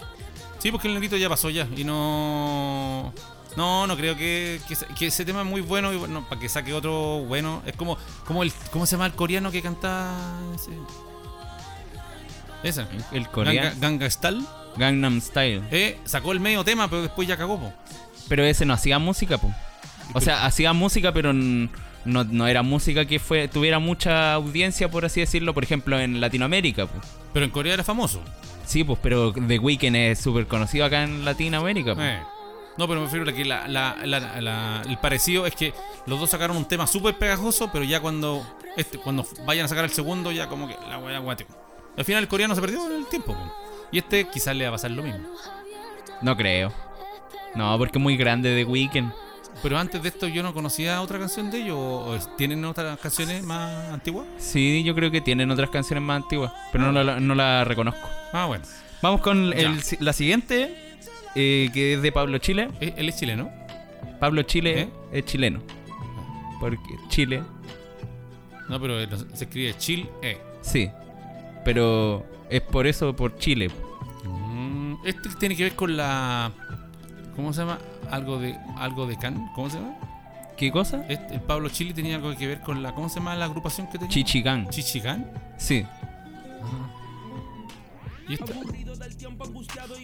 B: Sí, porque el negrito ya pasó ya. Y no. No, no creo que, que, se- que ese tema es muy bueno. Y bueno, para que saque otro bueno. Es como. como el, ¿Cómo se llama el coreano que canta? ese? Esa.
A: El
B: Ganga,
A: coreano.
B: Ganga Style.
A: Gangnam Style.
B: Eh, sacó el medio tema, pero después ya cagó, po.
A: Pero ese no hacía música, po. O sea, hacía música, pero n- no, no era música que fue tuviera mucha audiencia, por así decirlo, por ejemplo, en Latinoamérica, po.
B: Pero en Corea era famoso.
A: Sí, pues, pero The Weeknd es súper conocido acá en Latinoamérica, po.
B: Eh. No, pero me refiero a que la- la- la- la- el parecido es que los dos sacaron un tema súper pegajoso, pero ya cuando este, cuando vayan a sacar el segundo, ya como que la weá guate. Al final el coreano se perdió en el tiempo. po. Y este quizás le va a pasar lo mismo.
A: No creo. No, porque es muy grande The Weeknd.
B: Pero antes de esto yo no conocía otra canción de ellos. ¿O es- ¿Tienen otras canciones más antiguas?
A: Sí, yo creo que tienen otras canciones más antiguas, pero no la, no la reconozco.
B: Ah, bueno.
A: Vamos con
B: Ya.
A: el- la siguiente, eh, que es de Pablo Chile.
B: Eh, Él es chileno.
A: Pablo Chile
B: ¿Eh?
A: es chileno. Porque Chile,
B: No, pero él no- se escribe Chil E.
A: sí. Pero es por eso, por Chile.
B: Mm, Este tiene que ver con la... ¿Cómo se llama? Algo de algo de can. ¿Cómo se llama?
A: ¿Qué cosa?
B: Este, el Pablo Chile tenía algo que ver con la. ¿Cómo se llama la agrupación que tenía?
A: Chichigán.
B: Chichigán.
A: Sí.
B: Y esta-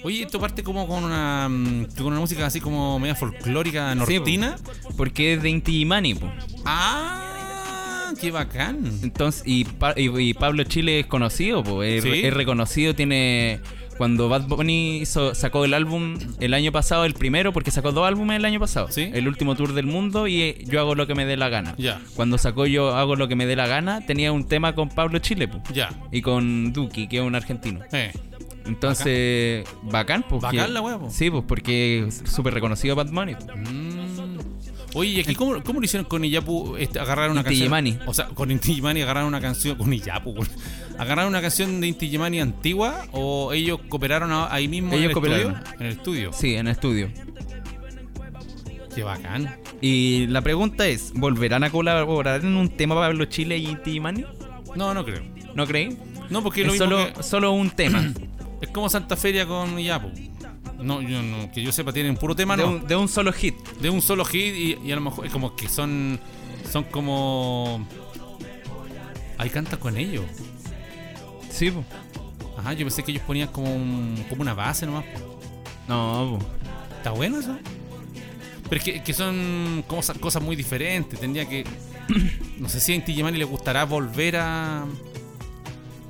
B: Oye, esto parte como con una. mm, con una música así como media folclórica nortina.
A: Porque es de Inti Illimani, po.
B: ¡Ah! ¡Qué bacán!
A: Entonces, y, Pa- y- y Pablo Chile es conocido, po. Es,
B: Sí.
A: es reconocido, tiene. Cuando Bad Bunny hizo- sacó el álbum el año pasado, el primero, porque sacó dos álbumes el año pasado.
B: Sí.
A: El último tour del mundo y eh, Yo hago lo que me dé la gana.
B: Ya.
A: Cuando sacó Yo hago lo que me dé la gana, tenía un tema con Pablo Chile, po.
B: Ya.
A: Y con Duki, que es un argentino.
B: Eh,
A: Entonces, bacán, pues.
B: Bacán
A: que-
B: la wea, po.
A: Sí, pues porque es súper reconocido Bad Bunny. po.
B: mm. Oye, ¿y aquí cómo, cómo lo hicieron con Iyapu este, agarrar una
A: Inti
B: canción?
A: Illimani.
B: O sea, con Inti Illimani agarraron una canción. Con Iyapu, güey. ¿Agarraron una canción de Inti Illimani antigua o ellos cooperaron a- ahí mismo en,
A: Ellos
B: el
A: cooperaron.
B: Estudio, en el estudio?
A: Sí, en estudio.
B: Qué bacán.
A: Y la pregunta es, ¿volverán a colaborar en un tema Pablo Chile y Inti Illimani?
B: No, no creo.
A: ¿No creí?
B: No, porque es lo
A: Es
B: mismo
A: solo,
B: que-
A: solo un (clears throat) tema.
B: es como Santa Feria con Yapo. No, yo no, que yo sepa, tienen puro tema,
A: de,
B: ¿no?
A: un, de un solo hit.
B: De un solo hit y, y a lo mejor es como que son. Son como. Ahí canta con ellos.
A: Sí, po.
B: Ajá, yo pensé que ellos ponían como, un- como una base nomás. po.
A: No, po.
B: Está bueno eso. Pero es que, que son cosas, cosas muy diferentes. Tendría que. (clears throat) No sé si a Inti Illimani le gustará volver a.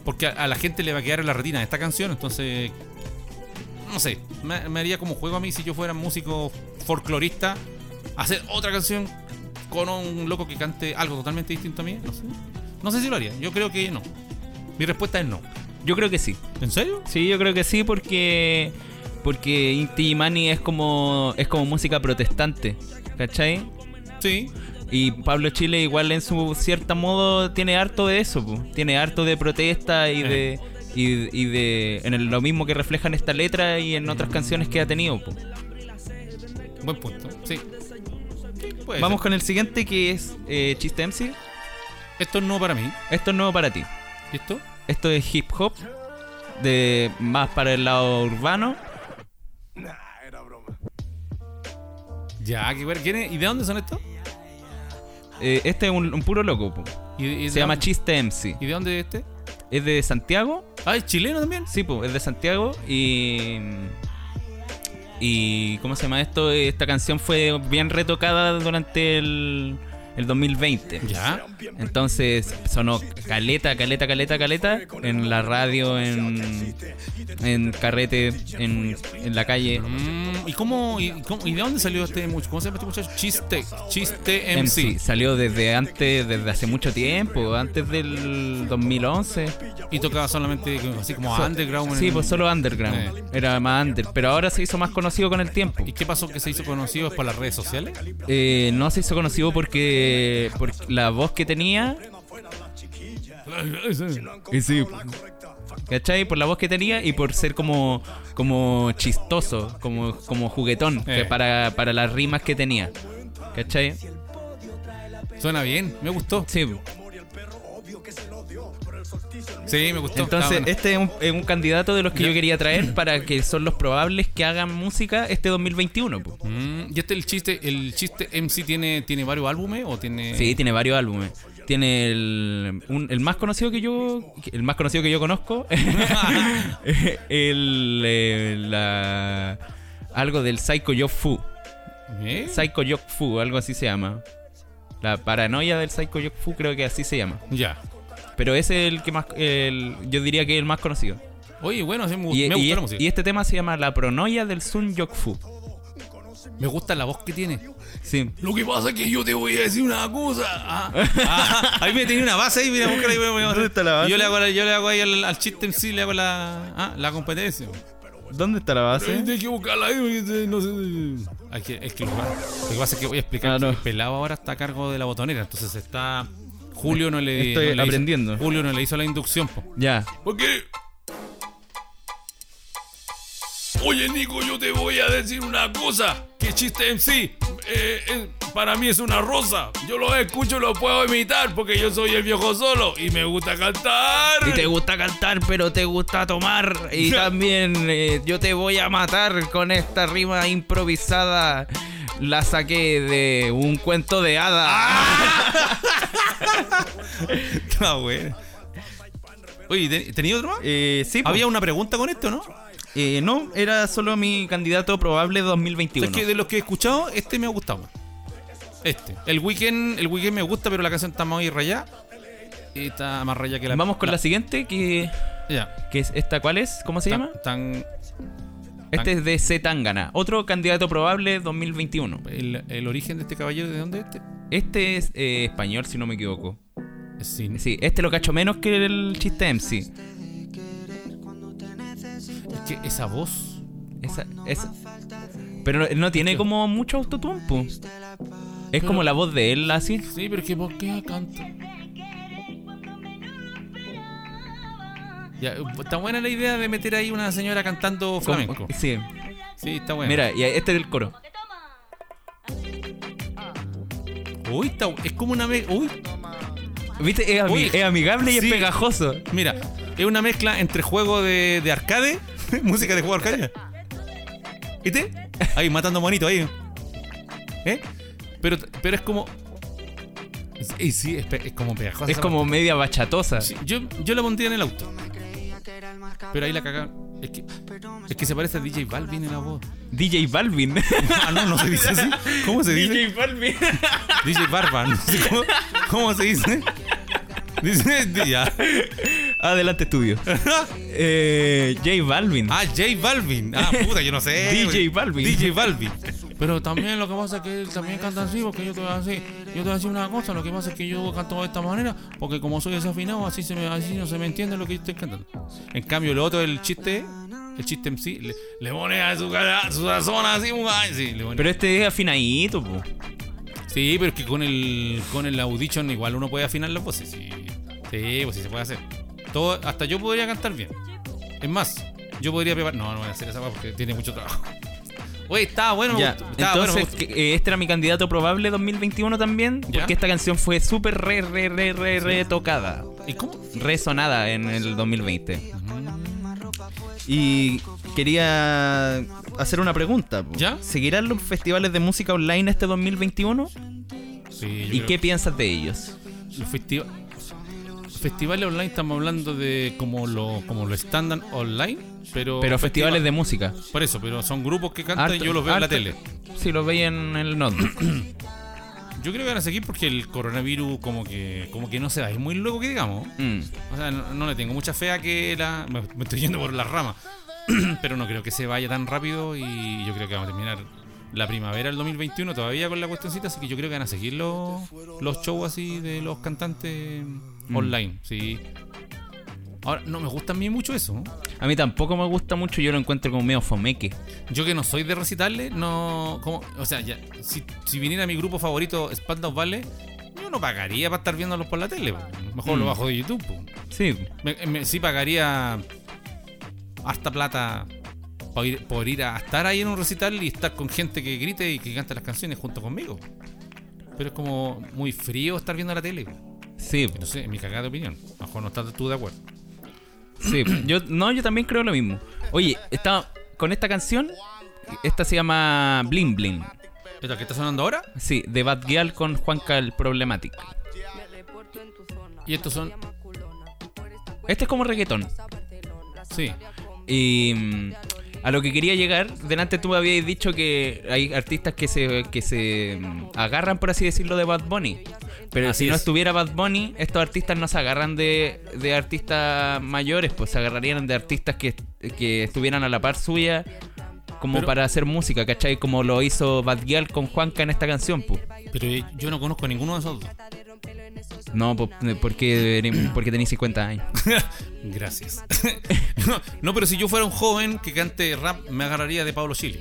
B: Porque a, a la gente le va a quedar en la retina esta canción, entonces. No sé. Me, me haría como juego a mí si yo fuera músico folclorista. Hacer otra canción con un loco que cante algo totalmente distinto a mí. No sé. No sé si lo haría. Yo creo que no. Mi respuesta es no.
A: Yo creo que sí.
B: ¿En serio?
A: Sí, yo creo que sí porque porque Inti Illimani es como es como música protestante, ¿cachai?
B: Sí.
A: Y Pablo Chile igual en su cierto modo tiene harto de eso, po. tiene harto de protesta y
B: Ajá.
A: de, y, y de en el- lo mismo que refleja en esta letra y en otras canciones que ha tenido. po.
B: Buen punto. Sí. Puede
A: Vamos
B: ser.
A: con el siguiente que es eh, Chiste MC.
B: Esto es nuevo para mí.
A: Esto es nuevo para ti.
B: ¿Y esto?
A: Esto es hip hop, de más para el lado urbano.
B: Ya, qué bueno. ¿Quién es? ¿Y de dónde son estos?
A: Eh, este es un, un puro loco. po.
B: ¿Y, y de
A: Se llama
B: dónde-
A: Chiste MC.
B: ¿Y de dónde es este?
A: Es de Santiago.
B: Ah, es chileno también.
A: Sí, po, es de Santiago y. Y. ¿Cómo se llama esto? Esta canción fue bien retocada durante el, el 2020.
B: Ya.
A: Entonces sonó caleta, caleta, caleta, caleta en la radio, en, en carrete, en, en la calle.
B: Mm, ¿y, cómo, y, cómo- y de dónde salió este muchacho? ¿Cómo se llama este muchacho? Chiste. Chiste MC.
A: MC. Salió desde antes, desde hace mucho tiempo, antes del 2011.
B: Y tocaba solamente así como
A: So-
B: underground.
A: Sí,
B: en-
A: pues solo underground.
B: Eh.
A: Era más under. Pero ahora se hizo más conocido con el tiempo.
B: ¿Y qué pasó que se hizo conocido? ¿Es por las redes sociales?
A: Eh, no se hizo conocido porque, por la voz que tenía. Y sí, ¿Cachai? Por la voz que tenía y por ser como, como chistoso, como, como juguetón
B: Eh.
A: que para, para las rimas que tenía. ¿Cachai?
B: Suena bien, me gustó.
A: Sí. pues.
B: Sí, me gustó.
A: Entonces,
B: Está bueno.
A: este es un, es un candidato de los que
B: Ya.
A: yo quería traer para que son los probables que hagan música este 2021. po.
B: Mm, ¿Y este el chiste? ¿El chiste MC tiene, tiene varios álbumes o tiene.?
A: Sí, tiene varios álbumes. Tiene el, un- el más conocido que yo el más conocido que yo
B: (laughs)
A: conozco (laughs) el eh, la- algo del Psycho Yo Fu,
B: ¿Eh?
A: Psycho Yo Fu, algo así se llama. La paranoia del Psycho Yo Fu creo que así se llama.
B: Ya.
A: Pero ese es el que más el- yo diría que es el más conocido.
B: Oye, bueno, sí, Uh, me, gu-
A: Y,
B: me
A: y-
B: gustó la música.
A: y este tema se llama La pronoia del Sun Yok Fu.
B: Me gusta la voz que tiene.
A: Sí.
B: Lo que pasa es que yo te voy a decir una cosa. Ah, ah, (laughs) ahí me tenía una base ahí, mira, búscala ahí, voy a- voy a-
A: ¿Dónde está la base?
B: Yo le hago, la- yo le hago ahí al, al chiste MC, le hago la, ah, la competencia.
A: ¿Dónde está la base?
B: Tienes que buscarla ahí, porque, eh, no sé. Hay que, es que lo, que pasa- lo que pasa es que voy a explicar
A: Ah, no.
B: que el pelado ahora está a cargo de la botonera, entonces está. Julio no le.
A: Estoy
B: no le hizo-
A: aprendiendo.
B: Julio no le hizo la inducción, po.
A: Ya.
B: ¿Por qué? Oye, Nico, yo te voy a decir una cosa. Que chiste en sí. eh, eh, para mí es una rosa. Yo lo escucho y lo puedo imitar porque yo soy el viejo solo y me gusta cantar.
A: Y te gusta cantar, pero te gusta tomar. Y también eh, yo te voy a matar con esta rima improvisada. La saqué de un cuento de hadas.
B: Ah, bueno. Oye, ¿te- ¿tenía otro más?
A: Eh, sí, po.
B: Había una pregunta con esto, ¿no? O
A: Eh, no, era solo mi candidato probable
B: sea,
A: 2021.
B: es que de los que he escuchado, este me ha gustado. más. Este. El weekend, el weekend me gusta, pero la canción está más rayada. Y está más rayada que la
A: Vamos con la, siguiente, que,
B: Ya.
A: que es esta, ¿cuál es? ¿Cómo se llama?
B: Tan, tan-
A: Este es de C. Tangana, otro candidato probable 2021.
B: el, el origen de este caballero, ¿de dónde es este?
A: Este es eh, español, si no me equivoco.
B: Sí.
A: Sí, este lo cacho menos que el chiste MC.
B: Es que esa voz.
A: Esa, esa. Pero no, no tiene como mucho autotune, po. Es como la voz de él, así.
B: Sí, pero es que ¿por qué canta? Ya, está buena la idea de meter ahí una señora cantando flamenco.
A: Como- sí.
B: Sí, está buena.
A: Mira, y este es el coro.
B: Uy, está, bu- es como una mezcla. Uy,
A: ¿Viste? Es, ami-
B: Uy,
A: es amigable y
B: sí.
A: es pegajoso.
B: mira, es una mezcla entre juego de, de arcade, (laughs) música de juego de arcade. ¿Viste? Ahí, matando monito ahí. ¿Eh? Pero, pero es como. Y sí, es, pe- es como pegajosa.
A: Es
B: esa
A: como media bachatosa.
B: Sí, yo, yo la pondría en el auto. Pero ahí la cagaron. Es que, es que se parece a DJ Balvin en la voz.
A: DJ Balvin.
B: Ah, no, no se dice así. ¿Cómo (laughs) se dice?
A: Balvin.
B: DJ Barba. no sé cómo, cómo se dice? Dice. Ya.
A: Adelante, estudio. Eh, J Balvin.
B: Ah, J Balvin. Ah, puta, yo no (laughs) sé.
A: DJ Balvin.
B: DJ Balvin. Pero también lo que pasa es que él también canta así, porque yo te voy a decir, yo te voy a decir una cosa, lo que pasa es que yo canto de esta manera, porque como soy desafinado, así, se me, así no se me entiende lo que yo estoy cantando. En cambio, lo otro, el chiste, el chiste en sí, le, le pone a su, cara, su sazón así, ay, sí, le pone-
A: Pero este es afinadito, po.
B: sí, pero es que con el, con el audition igual uno puede afinar las voces, sí. Sí, pues sí se puede hacer. Todo, hasta yo podría cantar bien. Es más, yo podría preparar. No, no voy a hacer esa weá porque tiene mucho trabajo. Oye, estaba bueno, me
A: Ya,
B: gustó, estaba Ah, bueno, me
A: entonces
B: gustó.
A: que- eh, este era mi candidato probable 2021 también,
B: Ya.
A: porque esta canción fue súper re, re, re, re, re tocada,
B: ¿Y cómo?
A: resonada en el 2020. Y quería hacer una pregunta. po.
B: ¿Ya?
A: ¿Seguirán los festivales de música online este 2021?
B: Sí, yo
A: ¿Y
B: creo
A: qué piensas de ellos?
B: que los festiva- festivales online estamos hablando de como lo como lo estándar online, pero
A: Pero festivales
B: festival-
A: de música.
B: por eso, pero son grupos que cantan
A: Harto-
B: y yo los veo en la
A: harto-
B: tele.
A: Sí, los veía en el notebook.
B: Yo creo que van a seguir porque el coronavirus como que como que no se va, es muy loco que digamos.
A: Mm.
B: O sea, no, no le tengo mucha fe a que la. Me, me estoy yendo por las ramas. (clears throat) Pero no creo que se vaya tan rápido y yo creo que vamos a terminar la primavera del 2021 todavía con la cuestioncita. Así que yo creo que van a seguir los, los shows así de los cantantes online. Sí. Ahora, no me gusta a mí mucho eso. ¿no?
A: A mí tampoco me gusta mucho, yo lo encuentro como medio fomeque.
B: Yo que no soy de recitarle, no. Como, o sea, ya, si, si viniera mi grupo favorito, Spandau Ballet, yo no pagaría para estar viéndolos por la tele. po. Mejor lo
A: Mm.
B: bajo de YouTube. po.
A: Sí,
B: Me- me- sí pagaría harta plata por ir, por ir a estar ahí en un recital y estar con gente que grite y que cante las canciones junto conmigo. Pero es como muy frío estar viendo la tele.
A: sí.
B: No sé, es mi cagada de opinión. A lo mejor no estás tú de acuerdo.
A: Sí, yo, no, yo también creo lo mismo. Oye, está, con esta canción, esta se llama Bling Bling.
B: ¿Esta que está sonando ahora?
A: Sí, de Bad Girl con Juanca el Problematic.
B: Y estos son...
A: Este es como reggaetón.
B: Sí.
A: Y mm, a lo que quería llegar, delante tú me habías dicho que hay artistas que se, que se mm, agarran, por así decirlo, de Bad Bunny. Pero
B: Así
A: si no
B: es.
A: estuviera Bad Bunny, estos artistas no se agarran de, de artistas mayores, pues se agarrarían de artistas que, que estuvieran a la par suya como
B: Pero-
A: para hacer música, ¿cachai? Como lo hizo Bad Gyal con Juanca en esta canción, pues.
B: Pero yo no conozco a ninguno de esos dos.
A: No, po- eh, porque, porque tenéis 50 años.
B: Gracias. (laughs) no, no, pero si yo fuera un joven que cante rap, me agarraría de Pablo Chile.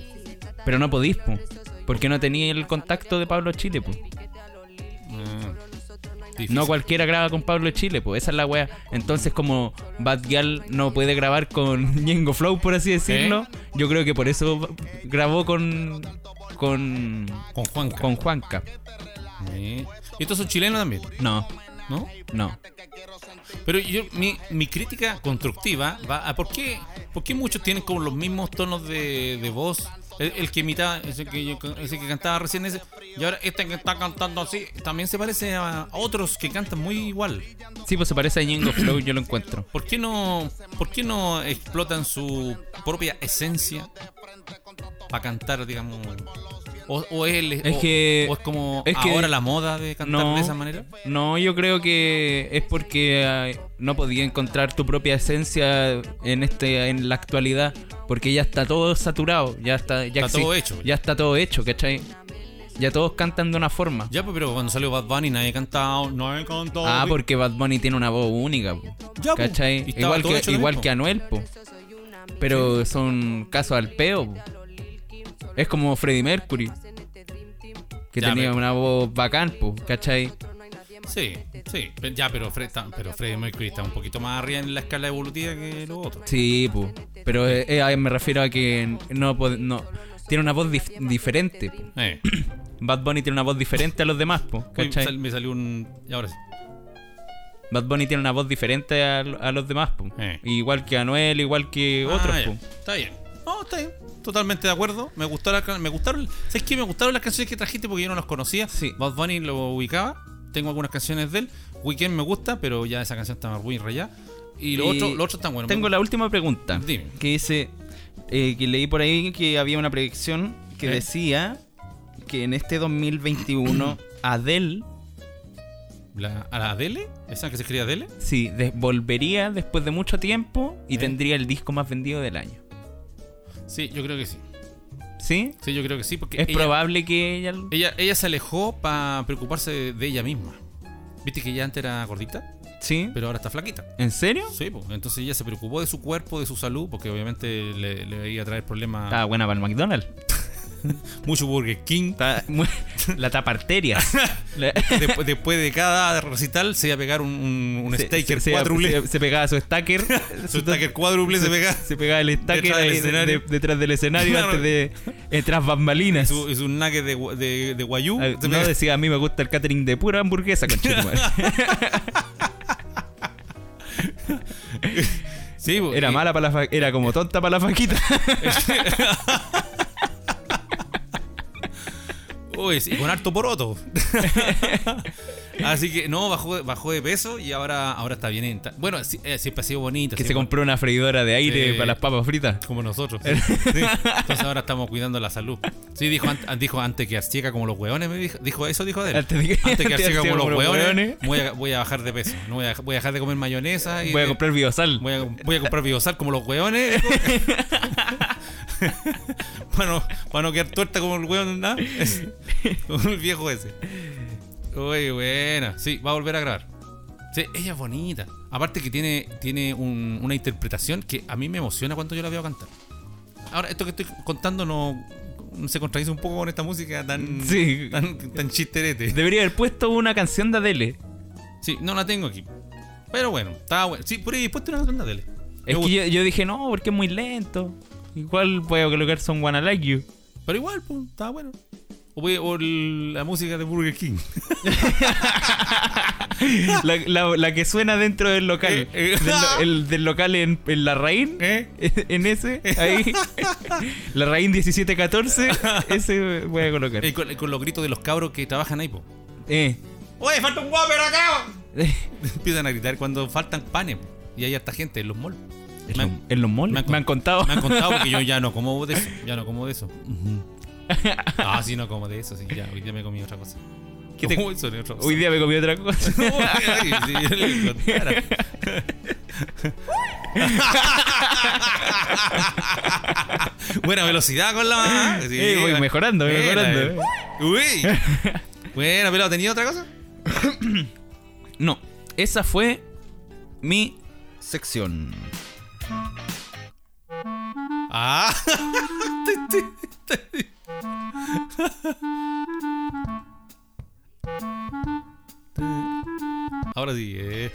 A: Pero no podís, po, porque no tenía el contacto de Pablo Chile, pues.
B: Mm.
A: No cualquiera graba con Pablo Chile, pues esa es la wea. Entonces, como Bad Gyal no puede grabar con (laughs) Ñengo Flow, por así decirlo, yo creo que por eso grabó con. con.
B: con Juan.
A: con Juanca.
B: Y estos son chilenos también,
A: No,
B: ¿no?
A: no.
B: Pero yo, mi, mi crítica constructiva va a por qué, por qué muchos tienen como los mismos tonos de, de voz. El, el que imitaba, ese que, yo- ese que cantaba recién ese, y ahora este que está cantando así, también se parece a otros que cantan muy igual.
A: Sí, pues se parece a Ñengo Flow, yo lo encuentro.
B: ¿Por qué no, por qué no explotan su propia esencia para cantar, digamos? O, o es, el-
A: Es
B: o-
A: que-
B: o es como
A: es que-
B: ahora la moda de cantar
A: No.
B: de esa manera.
A: No, yo creo que es porque ay, no podía encontrar tu propia esencia en este en la actualidad, porque ya está todo saturado, ya está ya
B: Está todo
A: exi-
B: hecho.
A: Ya está todo hecho, ¿cachai? Ya todos cantan de una forma.
B: Ya, pues, pero cuando salió Bad Bunny nadie cantaba, no he cantado.
A: Ah, porque Bad Bunny tiene una voz única, po.
B: Ya, po. Y
A: ¿cachai?
B: estaba
A: Igual
B: todo hecho
A: que,
B: lo
A: igual
B: mismo.
A: que Anuel, po. Pero son casos al peo, po. Es como Freddie Mercury. Que
B: Ya,
A: tenía
B: pero-
A: una voz bacán, po, ¿cachai?
B: Sí, sí, pe- ya, pero Fred, está- pero Freddie Mercury está un poquito más arriba en la escala evolutiva que los otros.
A: Sí, po. Pero eh, eh, a- me refiero a que no, pod- no tiene una voz dif- diferente. po.
B: Eh,
A: Bad Bunny tiene una voz diferente a los demás, po,
B: uy,
A: ¿cachai?
B: sal- me salió un. y ahora sí.
A: Bad Bunny tiene una voz diferente a, a los demás, po.
B: Eh.
A: Igual que Anuel, igual que otros, pues.
B: Ah, ya.
A: po.
B: Está bien. No, está bien. Totalmente de acuerdo. Me gustó la can- me gustaron. ¿Sabes qué? Me gustaron las canciones que trajiste porque yo no las conocía.
A: Sí.
B: Bad Bunny lo ubicaba. Tengo algunas canciones de él. Weekend me gusta, pero ya esa canción está muy rayada. Y lo
A: Y
B: otro, lo otro está bueno.
A: Tengo la última pregunta.
B: Dime.
A: Que dice, eh, que leí por ahí que había una predicción que
B: ¿Eh?
A: decía que en este
B: (clears throat)
A: 2021 Adele,
B: La- ¿A la Adele? ¿Esa que se escribe Adele?
A: sí, des- volvería después de mucho tiempo y
B: ¿Eh?
A: tendría el disco más vendido del año.
B: Sí, yo creo que sí.
A: ¿Sí?
B: Sí, yo creo que sí. Porque
A: Es
B: ella-
A: probable que ella...
B: Ella, ella se alejó para preocuparse de, de ella misma. Viste que ella antes era gordita,
A: ¿Sí?
B: pero ahora está flaquita.
A: ¿En serio?
B: Sí, pues. Entonces ella se preocupó de su cuerpo, de su salud, porque obviamente le, le iba a traer problemas.
A: Estaba buena para el McDonald's.
B: mucho Burger King.
A: Está (laughs) muy- la tapa arteria. La-
B: Después, después de cada recital se iba a pegar un, un, (laughs) un
A: se- se-
B: staker
A: se-
B: cuádruple.
A: Se, se pegaba su stacker.
B: (laughs) Su staker cuádruple se pegaba.
A: Se pegaba el stacker
B: Detrás del
A: ahí de-
B: escenario.
A: de- detrás del escenario
B: Claro.
A: antes de. eh, tras bambalinas.
B: Su, y su nugget de, gu- de, de guayú.
A: Ah,
B: se
A: No
B: pegaba-
A: decía, a mí me gusta el catering de pura hamburguesa,
B: (laughs)
A: conchetumare".
B: Sí, po,
A: Era
B: y-
A: mala para la fa- era como tonta para la
B: (laughs)
A: faquita.
B: Uy, sí, con
A: (laughs)
B: harto poroto. Así que no, bajó, bajó de peso y ahora, ahora está bien. enta- Bueno, sí, eh, siempre ha sido bonita.
A: que se
B: siempre-
A: compró una freidora de aire
B: Sí.
A: para las
B: (laughs)
A: papas fritas.
B: Como nosotros. sí. Sí. Entonces ahora estamos cuidando la salud. Sí, dijo, ant- dijo antes que ciega como los hueones, me dijo. Dijo eso, dijo él.
A: Antes de que-
B: Antes que
A: antes
B: ciega
A: de
B: como los hueones. Voy a, voy a bajar de peso. No voy, a, voy a dejar de comer mayonesa. Y
A: Voy a
B: de-
A: comprar biosal.
B: Voy a, voy a comprar biosal como los
A: (laughs)
B: hueones. para, no, para no quedar tuerta como el
A: (laughs)
B: hueón, ¿no? Como el viejo ese. Uy, buena. Sí, va a volver a grabar. Sí, ella es bonita. Aparte que tiene, tiene un- una interpretación que a mí me emociona cuando yo la veo cantar. Ahora, esto que estoy contando no, se contradice un poco con esta música tan,
A: Sí.
B: tan, tan chisterete.
A: Debería haber puesto una canción de Adele.
B: Sí, no la tengo aquí. Pero bueno, estaba bueno. Sí, por ahí después una canción de tele.
A: Es que yo, yo dije, no, porque es muy lento. Igual voy a colocar Son Wanna Like You.
B: Pero igual, pues, estaba bueno. O, voy- o el- la música de
A: (laughs)
B: Burger King.
A: La, la- la que suena dentro del local.
B: Eh, eh.
A: Del, lo- el- del local en, en la raíz.
B: ¿Eh?
A: (laughs) En ese,
B: (laughs)
A: ahí. La raíz 1714. Ese voy a colocar.
B: Eh, con, con los gritos de los cabros que trabajan ahí, po.
A: Eh.
B: ¡Oye, falta un guapo acá! (laughs) Empiezan a gritar cuando faltan panes. po. Y hay harta gente en los malls.
A: En,
B: Me
A: los-
B: han-
A: en los malls. Me han, contado. (laughs)
B: Me han contado porque yo ya no como de eso. Ya no como de eso. Ah, sí, no como de eso. Sí, ya. Hoy día me comí otra cosa.
A: ¿Qué te-
B: Uy, eso no es otra cosa.
A: Hoy día me comí otra cosa.
B: (laughs) Ay, si yo le contara. (laughs) Buena velocidad con la mamá. Sí,
A: Eh, voy
B: bueno.
A: mejorando, voy
B: Buena,
A: mejorando.
B: eh. Uy. Bueno, pelado, ¿tenía otra cosa?
A: No, esa fue mi
B: (laughs)
A: sección.
B: Ah. (laughs) Ahora sí, eh.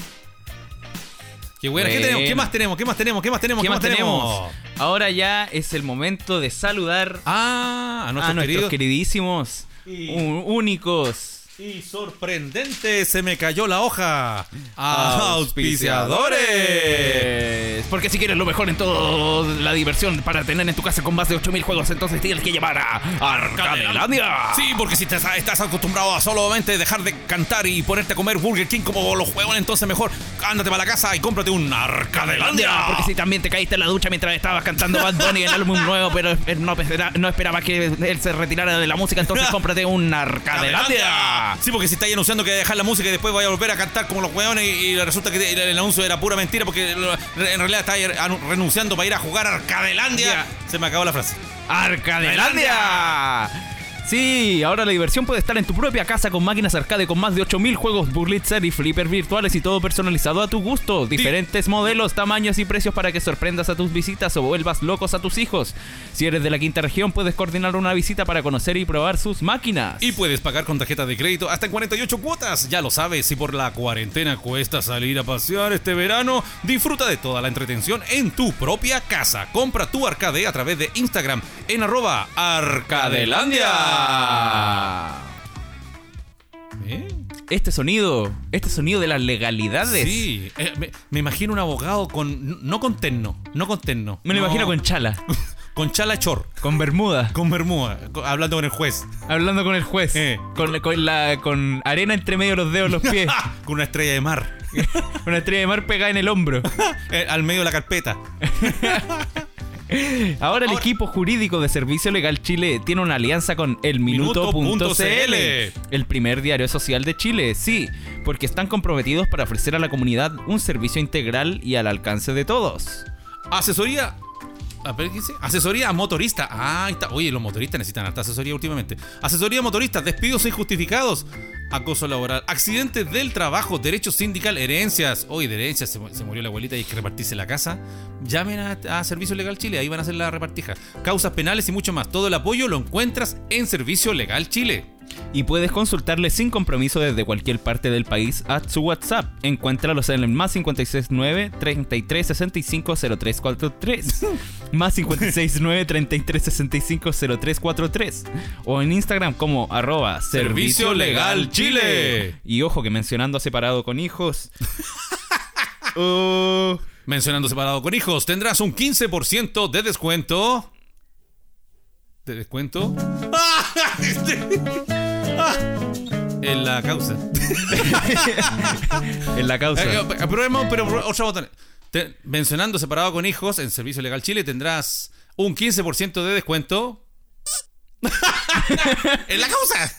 B: Qué buena. ¿Qué
A: Buena.
B: tenemos? ¿Qué más tenemos? ¿Qué más tenemos? ¿Qué más tenemos?
A: ¿Qué más tenemos? Ahora ya es el momento de saludar
B: Ah, a nuestros
A: a nuestros
B: queridos.
A: queridísimos,
B: Y-
A: un- únicos.
B: Y sorprendente, se me cayó la hoja. ¡Auspiciadores!
A: Auspiciadores. Porque si quieres lo mejor en todo la diversión para tener en tu casa con más de 8000 juegos, entonces tienes que llevar a Arcadelandia.
B: Sí, porque si te- estás acostumbrado a solamente dejar de cantar y ponerte a comer Burger King como los juegos, entonces mejor ándate para la casa y cómprate un Arcadelandia.
A: Porque si también te caíste en la ducha mientras estabas cantando Bad Bunny el álbum nuevo, pero él no, espera- no esperabas que él se retirara de la música,
B: (laughs)
A: entonces cómprate un Arcadelandia.
B: Sí, porque si estáis anunciando que dejar la música y después vaya a volver a cantar como los hueones y, y resulta que el, el anuncio era pura mentira porque lo- en realidad estáis anu- renunciando para ir a jugar a Arcadelandia.
A: Ya.
B: Se me acabó la frase.
A: ¡Arcadelandia! Sí, ahora la diversión puede estar en tu propia casa con máquinas arcade con más de 8000 juegos, burlitzer y flippers virtuales y todo personalizado a tu gusto. Diferentes modelos, tamaños y precios para que sorprendas a tus visitas o vuelvas locos a tus hijos. Si eres de la quinta región, puedes coordinar una visita para conocer y probar sus máquinas.
B: Y puedes pagar con tarjeta de crédito hasta en 48 cuotas. Ya lo sabes, si por la cuarentena cuesta salir a pasear este verano, disfruta de toda la entretención en tu propia casa. Compra tu arcade a través de Instagram en arroba arcadelandia. ¿Eh?
A: Este sonido, este sonido de las legalidades.
B: Sí, eh, me, me imagino un abogado con. No con terno, no con terno.
A: Me lo
B: No,
A: imagino con chala,
B: (laughs) con chala chor,
A: con bermuda,
B: con bermuda, co- hablando con el juez.
A: hablando con el juez,
B: Eh.
A: con, con la, con arena entre medio de los dedos, los pies.
B: (laughs) con una estrella de mar.
A: Una estrella de mar pegada en el hombro.
B: eh, al medio de la carpeta.
A: Ahora el
B: Ahora-
A: equipo jurídico de Servicio Legal Chile tiene una alianza con elminuto.cl,
B: Minuto.cl.
A: el primer diario social de Chile. Sí, porque están comprometidos para ofrecer a la comunidad un servicio integral y al alcance de todos.
B: Asesoría. A ver, ¿qué dice? Asesoría a motorista. Ah, ahí está. Oye, los motoristas necesitan hasta asesoría últimamente. Asesoría a motoristas, despidos injustificados. acoso laboral, accidentes del trabajo, derechos sindical, herencias. Hoy de herencias se, mu- se murió la abuelita y hay que repartirse la casa. Llamen a, a Servicio Legal Chile, ahí van a hacer la repartija. Causas penales y mucho más. Todo el apoyo lo encuentras en Servicio Legal Chile.
A: Y puedes consultarle sin compromiso desde cualquier parte del país a su WhatsApp. Encuéntralos en el más 569 33 65
B: (laughs)
A: 0343. más 569 33 65 0343. O en Instagram como arroba
B: Servicio Legal Chile.
A: Y ojo que mencionando separado con hijos. Oh,
B: Mencionando separado con hijos, tendrás un 15% de descuento. ¿De descuento? (laughs) ¡Ah! En la causa.
A: en la causa.
B: Eh, eh, probemos, pero pro- otra botón. Te- mencionando separado con hijos en Servicio Legal Chile tendrás un 15% de descuento. (laughs) ¡En la causa!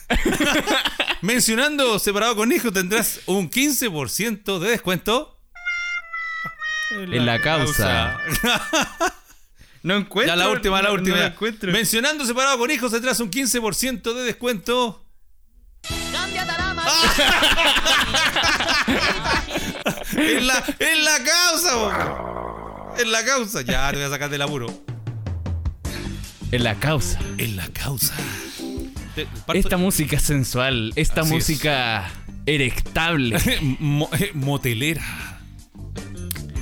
B: (laughs) mencionando separado con hijos tendrás un 15% de descuento.
A: En la
B: (laughs)
A: causa. No encuentro.
B: Ya la última, la
A: no-
B: última.
A: no
B: ya.
A: la encuentro.
B: Mencionando separado con hijos, detrás un 15% de descuento. Ah. (laughs) en, la, en la causa, bo. En la causa. Ya, te voy a sacar del apuro.
A: En la causa.
B: En la causa. Te- parto-
A: Esta (laughs) música sensual, esta
B: Así es.
A: música erectable,
B: Mo- eh, motelera.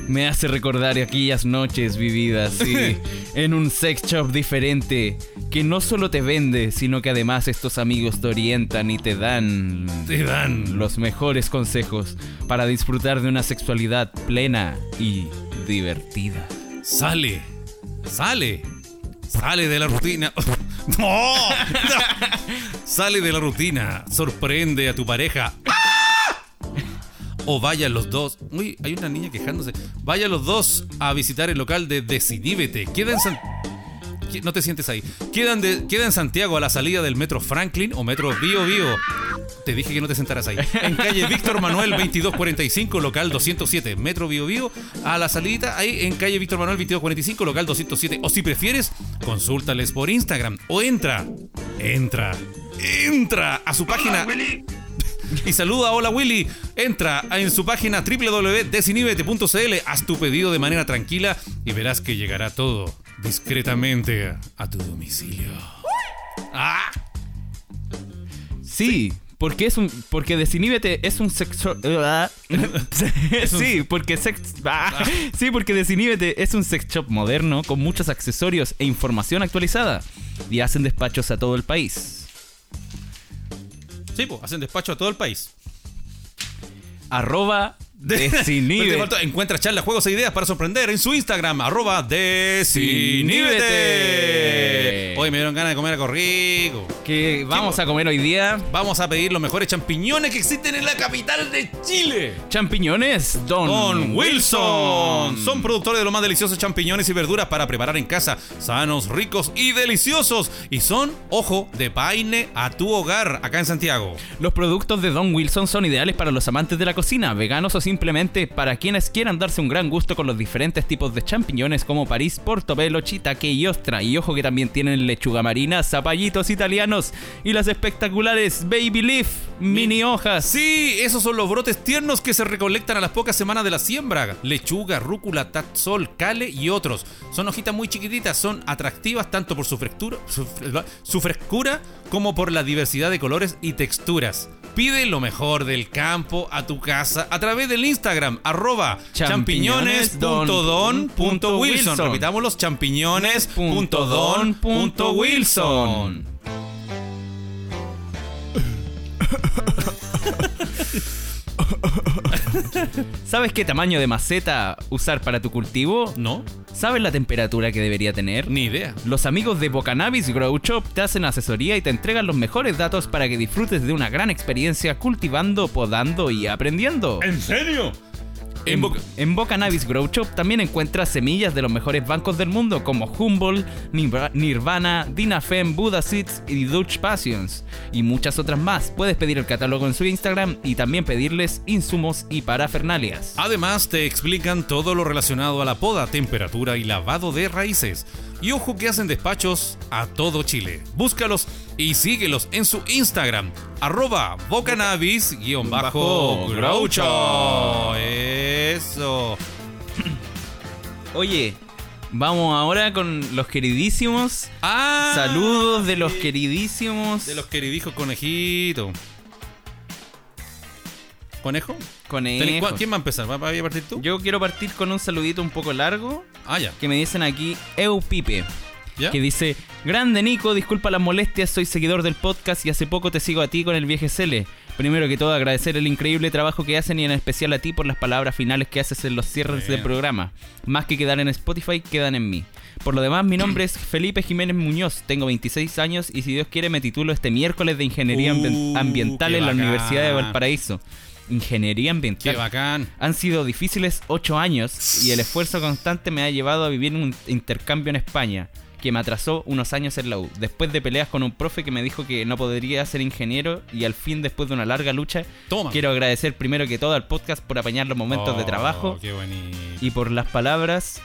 A: me hace recordar aquellas noches vividas sí,
B: (laughs)
A: en un sex shop diferente que no solo te vende, sino que además estos amigos te orientan y te dan
B: Te dan.
A: los mejores consejos para disfrutar de una sexualidad plena y divertida.
B: Sale. Sale. Sale de la rutina. (laughs) ¡No! Sale de la rutina. Sorprende a tu pareja. ¡Ah! O vayan los dos. Uy, hay una niña quejándose. Vayan los dos a visitar el local de Desiníbete. Queda en San- Qui- No te sientes ahí. Quedan de- queda en Santiago a la salida del metro Franklin o metro Bio Bio. Te dije que no te sentaras ahí. En calle Víctor Manuel 2245, local 207, metro Bio Bio. A la salidita ahí en calle Víctor Manuel 2245, local 207. O si prefieres, consúltales por Instagram o entra, entra, entra a su página. Y saluda a Hola Willy. Entra a- en su página www.desinibete.cl, haz tu pedido de manera tranquila y verás que llegará todo discretamente a tu domicilio. ¡Ah!
A: Sí, porque es un porque Desiníbete es un
B: (laughs)
A: sexo Sí, porque sex ah, Sí, porque Desiníbete es un sex shop moderno con muchos accesorios e información actualizada y hacen despachos a todo el país.
B: Sí, pues, hacen despacho a todo el país. (laughs)
A: Arroba
B: Pero te
A: Desiníbete.
B: faltó- Encuentra charlas, juegos e ideas para sorprender en su Instagram, arroba Desiníbete. Hoy me dieron ganas de comer algo rico.
A: Que vamos a comer hoy día
B: Vamos a pedir los mejores champiñones que existen en la capital de Chile.
A: champiñones Don,
B: Don Wilson. Son productores de los más deliciosos champiñones y verduras para preparar en casa, sanos, ricos y deliciosos. Y son, ojo, de paine a tu hogar, acá en Santiago.
A: Los productos de Don Wilson son ideales para los amantes de la cocina, veganos o simplemente para quienes quieran darse un gran gusto con los diferentes tipos de champiñones como París, Portobelo, Chitaque y Ostra. Y ojo que también tienen lechuga marina, zapallitos italianos y las espectaculares Baby Leaf, mini hojas.
B: Sí, esos son los brotes tiernos que se recolectan a las pocas semanas de la siembra. Lechuga, rúcula, tatsol, cale y otros. Son hojitas muy chiquititas, son atractivas tanto por su frescura, su, fre- su frescura como por la diversidad de colores y texturas. Pide lo mejor del campo a tu casa a través del Instagram, arroba champiñones.don.wilson. Repitamos los champiñones.don.wilson.
A: (laughs) ¿Sabes qué tamaño de maceta usar para tu cultivo?
B: No,
A: ¿Sabes la temperatura que debería tener?
B: ni idea.
A: Los amigos de Bocanabis Grow Shop te hacen asesoría y te entregan los mejores datos para que disfrutes de una gran experiencia cultivando, podando y aprendiendo.
B: ¿En serio?
A: En,
B: En
A: Bo-
B: Boca-
A: en Bocanabis Grow Shop también encuentras semillas de los mejores bancos del mundo como Humboldt, Nirva- Nirvana, Dinafem, Buddha Seeds y Dutch Passions y muchas otras más. Puedes pedir el catálogo en su Instagram y también pedirles insumos y parafernalias.
B: Ah. Además, te explican todo lo relacionado a la poda, temperatura y lavado de raíces. Y ojo que hacen despachos a todo Chile. Búscalos y síguelos en su Instagram, arroba bocanabis-groucho. Eso.
A: Oye, vamos ahora con los queridísimos.
B: Ah,
A: Saludos de los queridísimos
B: De los queridijos conejitos. ¿Conejo? ¿Tenés cua-
A: conejos.
B: ¿Quién va a empezar? ¿Va va a partir tú?
A: Yo quiero partir con un saludito un poco largo
B: Ah, ya.
A: que me dicen aquí Eupipe.
B: ¿Ya?
A: que dice, grande Nico, disculpa las molestias, soy seguidor del podcast y hace poco te sigo a ti con el viaje Cele. Primero que todo agradecer el increíble trabajo que hacen y en especial a ti por las palabras finales que haces en los cierres
B: Bien.
A: del programa. Más que quedar en Spotify, quedan en mí. Por lo demás, mi
B: (clears throat)
A: nombre es Felipe Jiménez Muñoz, tengo 26 años y si Dios quiere me titulo este miércoles de Ingeniería Ambien-
B: Uh,
A: Ambiental
B: qué
A: en la
B: bacán.
A: Universidad de Valparaíso. Ingeniería
B: Qué
A: Ambiental.
B: bacán.
A: Han sido difíciles ocho años y el esfuerzo constante me ha llevado a vivir un intercambio en España, que me atrasó unos años en la U, después de peleas con un profe que me dijo que no podría ser ingeniero y al fin después de una larga lucha,
B: Toma.
A: quiero agradecer primero que todo al podcast por apañar los momentos de
B: Oh,
A: trabajo
B: Qué bonito.
A: y por las palabras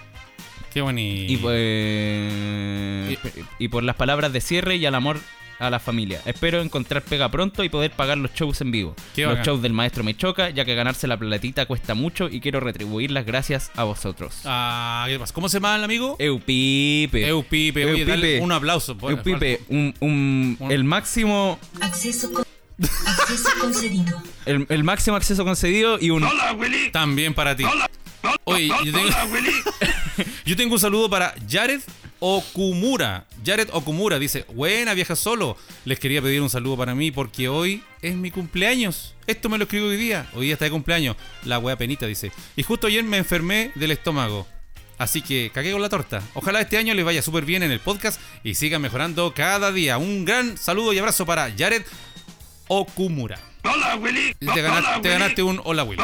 B: Qué bonito.
A: y, pues, por-
B: pues,
A: eh, y por las palabras de cierre y al amor a la familia. Espero encontrar pega pronto y poder pagar los shows en vivo.
B: Qué
A: los
B: bacán.
A: shows del maestro me choca, ya que ganarse la platita cuesta mucho y quiero retribuir las gracias a vosotros.
B: Ah, ¿qué pasa? ¿Cómo se llama el amigo?
A: Eupipe.
B: Eupipe. Oye,
A: Eupipe.
B: dale un aplauso. pues, por-
A: Eupipe, un- un-
B: Un-
A: el máximo
E: Acceso, con- acceso concedido.
A: (laughs) el, el máximo acceso concedido y un
B: También para ti. Oye, yo tengo, (laughs) yo tengo un saludo para Jared Okumura. Jared Okumura dice, buena, viaja solo. Les quería pedir un saludo para mí porque hoy es mi cumpleaños. Esto me lo escribo hoy día. Hoy día está de cumpleaños. La wea penita dice. Y justo ayer me enfermé del estómago. Así que cagué con la torta. Ojalá este año les vaya súper bien en el podcast y sigan mejorando cada día. Un gran saludo y abrazo para Jared Okumura. Hola, Willy. Te ganaste, te ganaste un hola, Willy.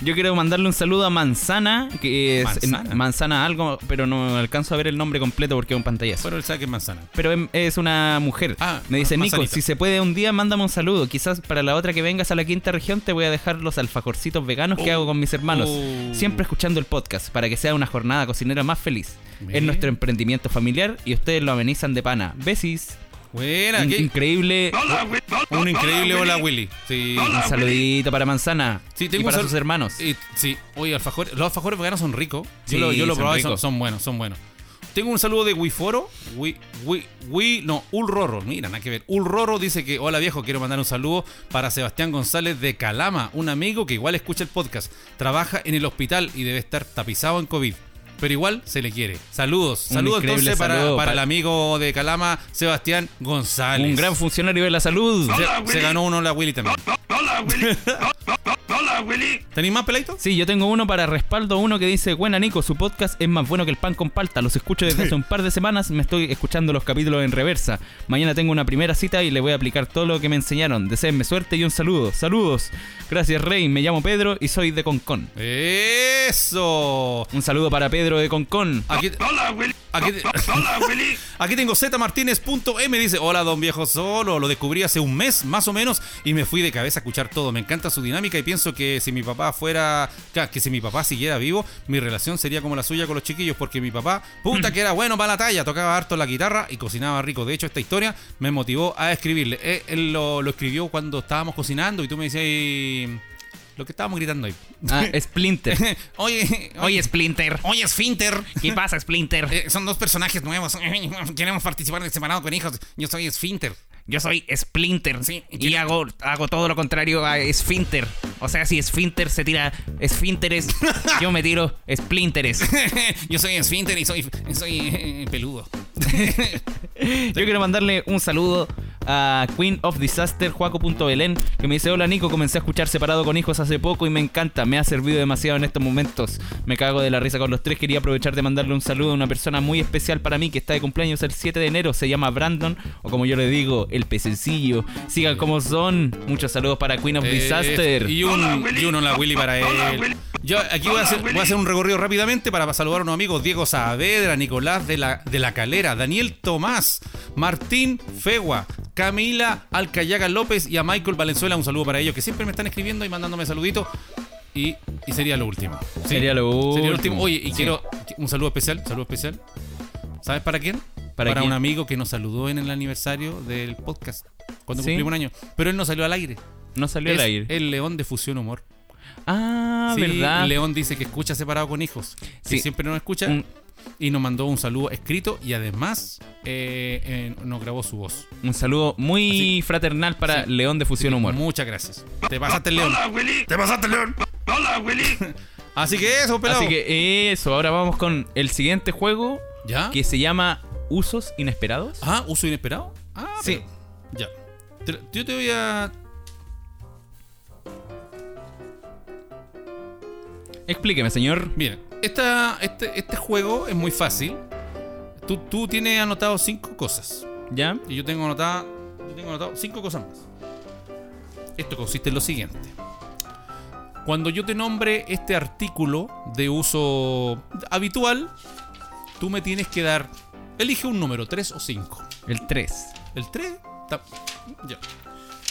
A: Yo quiero mandarle un saludo a Manzana, que es
B: Manzana.
A: Manzana algo, pero no alcanzo a ver el nombre completo porque es un pantallazo.
B: Bueno, el saque en manzana.
A: Pero em- es una mujer.
B: Ah,
A: me dice, Nico,
B: manzanita.
A: si se puede un día, mándame un saludo. Quizás para la otra que vengas a la quinta región te voy a dejar los alfajorcitos veganos que
B: Oh.
A: hago con mis hermanos.
B: Oh.
A: Siempre escuchando el podcast para que sea una jornada cocinera más feliz. Es
B: Bien.
A: nuestro emprendimiento familiar y ustedes lo amenizan de pana. Besis.
B: Buena,
A: In-
B: qué-
A: increíble.
B: un increíble hola, Willy. Sí.
A: Un saludito para Manzana.
B: Sí,
A: y
B: tengo
A: para
B: un sal- Eh,
A: sus hermanos.
B: Y- sí, oye, alfajores. Los alfajores veganos son ricos.
A: Sí,
B: yo lo, yo lo
A: son
B: probaba y son,
A: ricos.
B: son buenos, son buenos. Tengo un saludo de Wiforo. Wi, Wi, Wi, no, Ulroro. Mira, nada que ver. Ulroro dice que, hola viejo, quiero mandar un saludo para Sebastián González de Calama, un amigo que igual escucha el podcast. Trabaja en el hospital y debe estar tapizado en COVID. Pero igual se le quiere. Saludos.
A: Un
B: Saludos
A: increíble
B: entonces para,
A: saludo
B: para
A: para-
B: el amigo de Calama, Sebastián González.
A: Un gran funcionario de la salud.
B: Se- Se, ganó uno la Willy también. (laughs) ¿Tenéis más peladitos?
A: Sí, yo tengo uno para respaldo, uno que dice, buena Nico, su podcast es más bueno que el pan con palta, los escucho desde hace un par de semanas, me estoy escuchando los capítulos en reversa. Mañana tengo una primera cita y le voy a aplicar todo lo que me enseñaron. Deseenme suerte y un saludo. Saludos. Gracias, Rey. Me llamo Pedro y soy de Concón.
B: Eso.
A: Un saludo para Pedro de Concón.
B: Aquí, aquí, (laughs) aquí tengo zmartínez.m. Dice: Hola, don viejo solo. Lo descubrí hace un mes más o menos y me fui de cabeza a escuchar todo. Me encanta su dinámica y pienso que si mi papá fuera. ca- Que si mi papá siguiera vivo, mi relación sería como la suya con los chiquillos. Porque mi papá, puta que era bueno para la talla, tocaba harto la guitarra y cocinaba rico. De hecho, esta historia me motivó a escribirle. Eh, Él lo, lo escribió cuando estábamos cocinando y tú me decías. Lo que estábamos gritando ahí. (laughs)
A: Ah, Splinter.
B: Oye,
A: (laughs) Oye, (laughs) Splinter.
B: Oye, Sfinter.
A: ¿Qué pasa, Splinter?
B: Eh, son dos personajes nuevos. (laughs) Queremos participar en Separado con Hijos. Yo soy Sfinter.
A: Yo soy Splinter.
B: Sí,
A: y hago, hago todo lo contrario a Sphinter. O sea, si Sphinter se tira (laughs) Sphinteres, yo me tiro Splinteres.
B: Yo soy Sfinter y soy, soy eh, peludo.
A: Yo quiero mandarle un saludo a Queen of Disaster, Juaco.belén, que me dice: Hola Nico, comencé a escuchar separado con hijos hace poco y me encanta, me ha servido demasiado en estos momentos. Me cago de la risa con los tres. Quería aprovechar de mandarle un saludo a una persona muy especial para mí que está de cumpleaños el 7 de enero. Se llama Brandon, o como yo le digo, el pececillo. Sigan como son. Muchos saludos para Queen of
B: Eh,
A: Disaster.
B: Y un, y un hola Willy para él. Yo aquí voy a, hacer, voy a hacer un recorrido rápidamente para saludar a unos amigos: Diego Saavedra, Nicolás de la, de la Calera, Daniel Tomás, Martín Fegua, Camila Alcayaga López y a Michael Valenzuela. Un saludo para ellos que siempre me están escribiendo y mandándome saluditos. Y, y sería lo último. Sí,
A: Sería lo
B: Sería
A: último.
B: lo último. Oye, y
A: Sí.
B: quiero un saludo especial, saludo especial. ¿Sabes para quién?
A: ¿Para quién?
B: un amigo que nos saludó en el aniversario del podcast, cuando
A: Sí.
B: cumplimos un año. Pero él no salió al aire.
A: No salió
B: Es
A: al aire.
B: El león de Fusión Humor.
A: ah,
B: Sí,
A: verdad.
B: León dice que escucha separado con hijos.
A: Sí.
B: Que siempre nos escucha.
A: Un-
B: Y nos mandó un saludo escrito y además eh, eh, nos grabó su voz.
A: Un saludo muy fraternal para
B: Sí.
A: León de Fusión Humor.
B: Muchas gracias. Te pasaste el león. Hola, Willy. Te pasaste el león. Hola, Willy. (laughs) Así que eso, pelado.
A: Así que eso, ahora vamos con el siguiente juego
B: ¿Ya?
A: que se llama Usos Inesperados.
B: Ah, uso inesperado. Ah,
A: Sí.
B: pero- Ya. Te- yo te voy a.
A: Explíqueme, señor.
B: Mira, esta, este, este juego es muy fácil. Tú, tú tienes anotado cinco cosas.
A: ¿Ya?
B: Y yo tengo anotada. Yo tengo anotado cinco cosas más. Esto consiste en lo siguiente. Cuando yo te nombre este artículo de uso habitual, tú me tienes que dar. Elige un número, 3 o 5.
A: El 3.
B: El 3. Ya.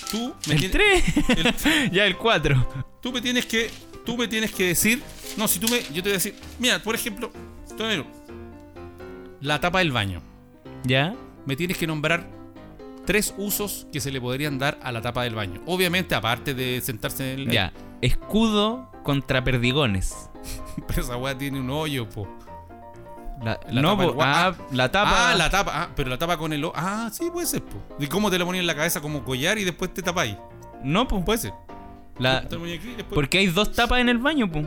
B: Tú me
A: ¿El 3?
B: tienes-
A: (laughs)
B: El-
A: ya el 4.
B: Tú me tienes que. Tú me tienes que decir. No, si tú me. Yo te voy a decir. Mira, por ejemplo. te digo, La tapa del baño.
A: ¿Ya?
B: Me tienes que nombrar tres usos que se le podrían dar a la tapa del baño. Obviamente, aparte de sentarse en el.
A: Ya. Escudo contra perdigones.
B: (laughs) Pero esa weá tiene un hoyo, po.
A: La,
B: La
A: no,
B: tapa
A: po-
B: del gua-
A: ah, la tapa.
B: Ah, la tapa. Ah, pero la tapa con el hoyo. Ah, sí, puede ser, po. ¿Y cómo te la ponías en la cabeza como collar y después te tapáis?
A: No, pues.
B: Puede ser.
A: La,
B: Te la ponías aquí y después-
A: porque hay dos tapas en el baño, pues.